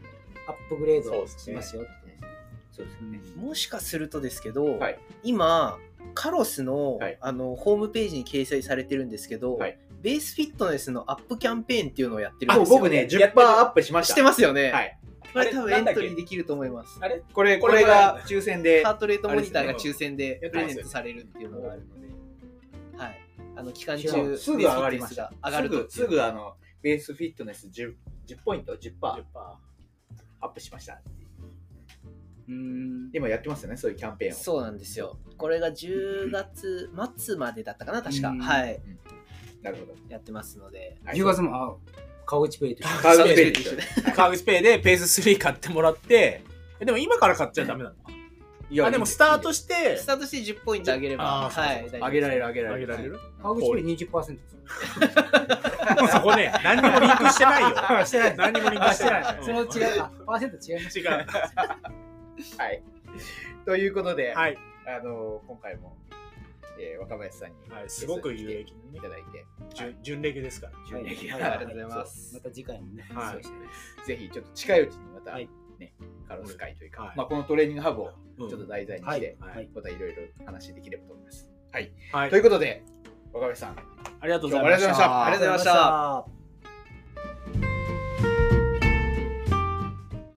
[SPEAKER 3] プグレー
[SPEAKER 2] そう
[SPEAKER 3] ド
[SPEAKER 2] です
[SPEAKER 3] し
[SPEAKER 2] ね
[SPEAKER 3] ますよって
[SPEAKER 1] そうですね。
[SPEAKER 4] もしかするとですけど、
[SPEAKER 1] はい
[SPEAKER 4] 今、カロスの,、
[SPEAKER 1] はい
[SPEAKER 4] あのホームページに掲載されてるんですけど、
[SPEAKER 1] はい
[SPEAKER 4] ベースフィットネスのアップキャンペーンっていうのをやってるん
[SPEAKER 1] も
[SPEAKER 4] で
[SPEAKER 1] う
[SPEAKER 4] すよ。
[SPEAKER 1] 僕ね、
[SPEAKER 2] やって
[SPEAKER 1] 10%
[SPEAKER 2] る
[SPEAKER 1] アップしまし。
[SPEAKER 4] したてますよね。
[SPEAKER 1] はい。
[SPEAKER 4] これ多分エント
[SPEAKER 2] あれなんだっ
[SPEAKER 4] リ
[SPEAKER 2] け
[SPEAKER 4] ーできると思います。
[SPEAKER 2] あれ
[SPEAKER 1] これ、
[SPEAKER 2] こ
[SPEAKER 1] こ
[SPEAKER 2] れ
[SPEAKER 1] れ
[SPEAKER 2] は
[SPEAKER 1] が抽選で
[SPEAKER 4] ハートレートモニターが抽選で
[SPEAKER 2] あれ
[SPEAKER 4] プレゼントされるっていうのがあるので、はい、あの期間中、
[SPEAKER 1] すぐ上がりまし
[SPEAKER 4] ベー
[SPEAKER 1] た
[SPEAKER 4] スフィットネスが上がると
[SPEAKER 1] すぐすぐあのベースフィットネス 10, 10ポイント10%ア
[SPEAKER 2] 10%
[SPEAKER 1] ップしました
[SPEAKER 3] うん
[SPEAKER 1] 今やってますよねそういうキャンペーンを
[SPEAKER 4] そうなんですよ。これが10月末までだったかな、確か。
[SPEAKER 3] うん
[SPEAKER 4] はい、
[SPEAKER 1] なるほど、
[SPEAKER 4] やってますので。
[SPEAKER 1] はい、
[SPEAKER 3] 10月もあ顔打ちプレイとして
[SPEAKER 1] カードペイ
[SPEAKER 4] そう
[SPEAKER 1] で
[SPEAKER 2] 川口ペイでペース3買ってもらってえでも今から買っちゃダメなのか
[SPEAKER 1] いや
[SPEAKER 2] あでもスタートし
[SPEAKER 1] し
[SPEAKER 2] て
[SPEAKER 4] スタートして10ポイント上げれば、
[SPEAKER 2] あーそうそう
[SPEAKER 4] はい、
[SPEAKER 1] 上げられる上げら
[SPEAKER 2] 上
[SPEAKER 1] れ
[SPEAKER 2] げ
[SPEAKER 1] る
[SPEAKER 2] られる
[SPEAKER 3] 顔口プレイ20%ですよ
[SPEAKER 2] そこね何にもリンクしてないよ
[SPEAKER 3] して ない
[SPEAKER 2] 何にもリンクしてない
[SPEAKER 3] その違うあパーセント違います
[SPEAKER 2] 違う
[SPEAKER 1] はいということで、
[SPEAKER 2] はい、
[SPEAKER 1] あの今回も、えー、若林さんに、
[SPEAKER 2] はい、すごく有益
[SPEAKER 1] ゲ
[SPEAKER 2] な
[SPEAKER 1] スト
[SPEAKER 2] ね
[SPEAKER 1] に来ていた
[SPEAKER 2] 純
[SPEAKER 1] だいて
[SPEAKER 2] 純歴ですから
[SPEAKER 1] 準レギュ
[SPEAKER 4] は
[SPEAKER 1] ラ
[SPEAKER 4] い、
[SPEAKER 1] ー
[SPEAKER 4] ありがとうございます。
[SPEAKER 3] また次回もね、
[SPEAKER 2] はい
[SPEAKER 3] そうしてね
[SPEAKER 1] ぜひちょっと近いうちにまた、
[SPEAKER 2] はい
[SPEAKER 1] ねカロス会というか、
[SPEAKER 2] はい
[SPEAKER 1] まあ、このトレーニングハブを
[SPEAKER 2] うん
[SPEAKER 1] ちょっと題材に
[SPEAKER 3] は
[SPEAKER 1] し
[SPEAKER 3] い
[SPEAKER 1] て、
[SPEAKER 2] はい
[SPEAKER 1] またいろいろ話できればと思います、はい
[SPEAKER 2] はい
[SPEAKER 1] ということで若林さん
[SPEAKER 2] ありがとう
[SPEAKER 1] 今
[SPEAKER 2] ご
[SPEAKER 1] 日
[SPEAKER 2] ざいま
[SPEAKER 1] もありがとう
[SPEAKER 2] し
[SPEAKER 1] ございました
[SPEAKER 2] た
[SPEAKER 1] ありがとうございました
[SPEAKER 3] た